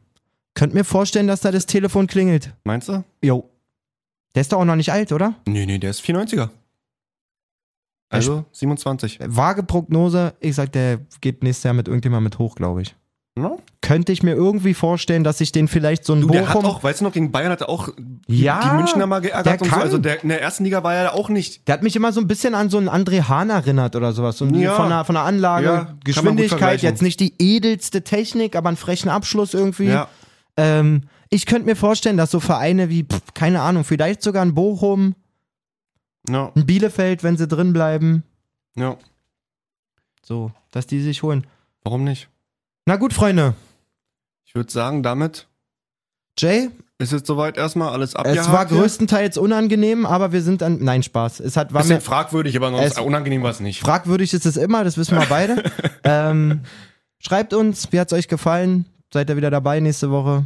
Speaker 1: könnt mir vorstellen, dass da das Telefon klingelt.
Speaker 3: Meinst du?
Speaker 1: Jo. Der ist doch auch noch nicht alt, oder?
Speaker 3: Nee, nee, der ist 94er. Also 27.
Speaker 1: Vage Prognose, ich sag, der geht nächstes Jahr mit irgendjemandem mit hoch, glaube ich.
Speaker 3: Ja.
Speaker 1: Könnte ich mir irgendwie vorstellen, dass ich den vielleicht so ein
Speaker 3: Du,
Speaker 1: Bochum...
Speaker 3: der hat auch, weißt du noch, gegen Bayern hat er auch die,
Speaker 1: Ja,
Speaker 3: die Münchner mal geärgert
Speaker 1: der
Speaker 3: und so.
Speaker 1: kann.
Speaker 3: Also der, in der ersten Liga war er da auch nicht.
Speaker 1: Der hat mich immer so ein bisschen an so einen André Hahn erinnert oder sowas. So ein-
Speaker 3: Ja.
Speaker 1: von, der, von der Anlage,
Speaker 3: Ja, kann man gut
Speaker 1: Geschwindigkeit,
Speaker 3: vergleichen.
Speaker 1: jetzt nicht die edelste Technik, aber einen frechen Abschluss irgendwie.
Speaker 3: Ja.
Speaker 1: Ähm, ich könnte mir vorstellen, dass so Vereine wie, pff, keine Ahnung, vielleicht sogar ein Bochum,
Speaker 3: Ja,
Speaker 1: ein Bielefeld, wenn sie drin bleiben,
Speaker 3: ja.
Speaker 1: so, dass die sich holen.
Speaker 3: Warum nicht?
Speaker 1: Na gut, Freunde.
Speaker 3: Ich würde sagen, damit
Speaker 1: Jay,
Speaker 3: ist jetzt soweit erstmal alles abgehakt.
Speaker 1: es war
Speaker 3: hier.
Speaker 1: größtenteils unangenehm, aber wir sind an. Nein, Spaß. Es hat war mir
Speaker 3: Bisschen fragwürdig, aber sonst
Speaker 1: Es-
Speaker 3: unangenehm war es nicht.
Speaker 1: Fragwürdig ist es immer, das wissen wir beide.
Speaker 3: <laughs>
Speaker 1: ähm, schreibt uns, wie hat es euch gefallen? Seid ihr wieder dabei nächste Woche?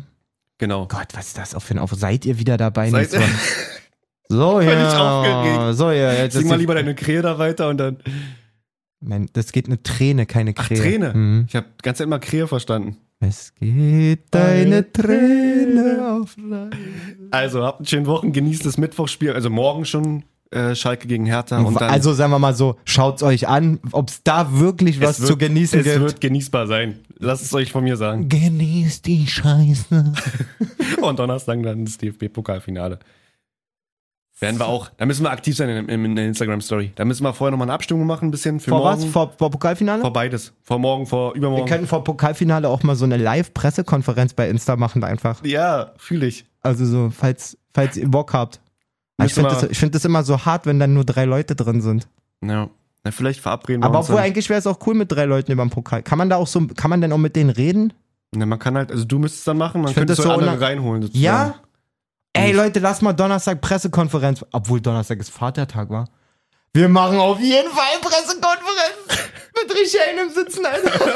Speaker 3: Genau.
Speaker 1: Gott, was ist das auch für ein Aufruf? Seid ihr wieder dabei?
Speaker 3: Seid-
Speaker 1: Nächste Woche. so,
Speaker 3: <laughs> Völlig
Speaker 1: ja.
Speaker 3: aufgeregt.
Speaker 1: So, ja. Jetzt
Speaker 3: <laughs> Sing
Speaker 1: ist
Speaker 3: mal
Speaker 1: die-
Speaker 3: lieber deine Krähe da weiter und dann.
Speaker 1: Nein, das geht eine Träne, keine
Speaker 3: Ach,
Speaker 1: Krähe.
Speaker 3: Träne.
Speaker 1: Mhm.
Speaker 3: Ich habe ganz einmal Krähe verstanden.
Speaker 1: Es geht deine
Speaker 3: Eine
Speaker 1: Träne
Speaker 3: Träne
Speaker 1: auf Reise.
Speaker 3: Also, habt einen schönen Wochen, genießt das Mittwochsspiel, also morgen schon äh, Schalke gegen Hertha und dann
Speaker 1: Also sagen wir mal so, schaut's euch an, ob's da wirklich was
Speaker 3: wird,
Speaker 1: zu genießen
Speaker 3: es
Speaker 1: gibt.
Speaker 3: wird genießbar sein. Lasst es euch von mir sagen.
Speaker 1: Genießt die Scheiße.
Speaker 3: Und Donnerstag dann das DFB-Pokalfinale. Werden wir auch. Da müssen wir aktiv sein in, in, in der Instagram-Story. Da müssen wir vorher nochmal eine Abstimmung machen, ein bisschen für
Speaker 1: Vor was?
Speaker 3: morgen.
Speaker 1: Vor, vor Pokalfinale?
Speaker 3: Vor beides. Vor morgen, vor
Speaker 1: Wir
Speaker 3: übermorgen.
Speaker 1: könnten vor Pokalfinale auch mal so eine Live-Pressekonferenz bei Insta machen einfach.
Speaker 3: ja, fühle ich.
Speaker 1: Also so, falls, falls ihr Bock habt. Aber Ich
Speaker 3: Müssen
Speaker 1: finde das,
Speaker 3: wir-
Speaker 1: ich find das immer so hart, wenn dann nur drei Leute drin sind.
Speaker 3: Ja. Na, vielleicht verabreden wir
Speaker 1: Aber
Speaker 3: uns.
Speaker 1: obwohl
Speaker 3: dann.
Speaker 1: eigentlich wäre es auch cool mit drei Leuten über den Pokal. Kann man da auch so, kann man denn auch mit denen reden?
Speaker 3: Na, man kann halt, also du müsstest dann machen, man
Speaker 1: Ich find
Speaker 3: könnte
Speaker 1: das
Speaker 3: so
Speaker 1: so
Speaker 3: andere
Speaker 1: unang-
Speaker 3: reinholen. Sozusagen.
Speaker 1: Ja? Ey Leute, lass mal Donnerstag Pressekonferenz. Obwohl Donnerstag ist Vatertag, war. Wir machen auf jeden Fall Pressekonferenz.
Speaker 3: <laughs>
Speaker 1: Mit richtig einem Sitzen, Alter.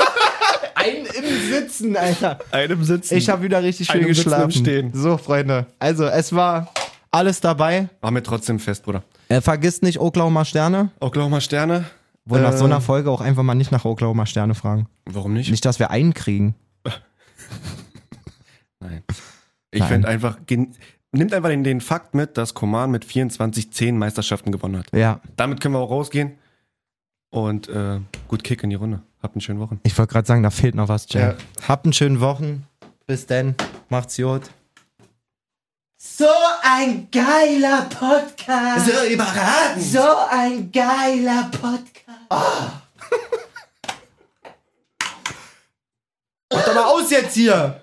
Speaker 1: Einen im Sitzen, Alter.
Speaker 3: Einem sitzen.
Speaker 1: Ich habe wieder richtig viel
Speaker 3: Einem Sitzen im
Speaker 1: geschlafen.
Speaker 3: Stehen.
Speaker 1: So, Freunde. Also, es war alles dabei.
Speaker 3: War mir trotzdem fest, Bruder.
Speaker 1: Äh, vergisst nicht Oklahoma Sterne.
Speaker 3: Oklahoma Sterne.
Speaker 1: Wo nach so einer
Speaker 3: Ähm,
Speaker 1: Folge auch einfach mal nicht nach Oklahoma Sterne fragen.
Speaker 3: Warum nicht?
Speaker 1: Nicht, dass wir einen kriegen.
Speaker 3: Nein. Ich
Speaker 1: Nein.
Speaker 3: finde einfach, gen- nimmt einfach den, den Fakt mit, dass Koman mit 24-10 Meisterschaften gewonnen hat.
Speaker 1: Ja.
Speaker 3: Damit können wir auch rausgehen. Und äh, gut Kick in die Runde. Habt einen schönen Wochen.
Speaker 1: Ich wollte gerade sagen, da fehlt noch was, Jay.
Speaker 3: Ja.
Speaker 1: Habt einen schönen Wochen. Bis dann. Macht's gut.
Speaker 4: So ein geiler Podcast. So überraten. So ein geiler Podcast. <laughs>
Speaker 1: Mach doch mal aus jetzt hier!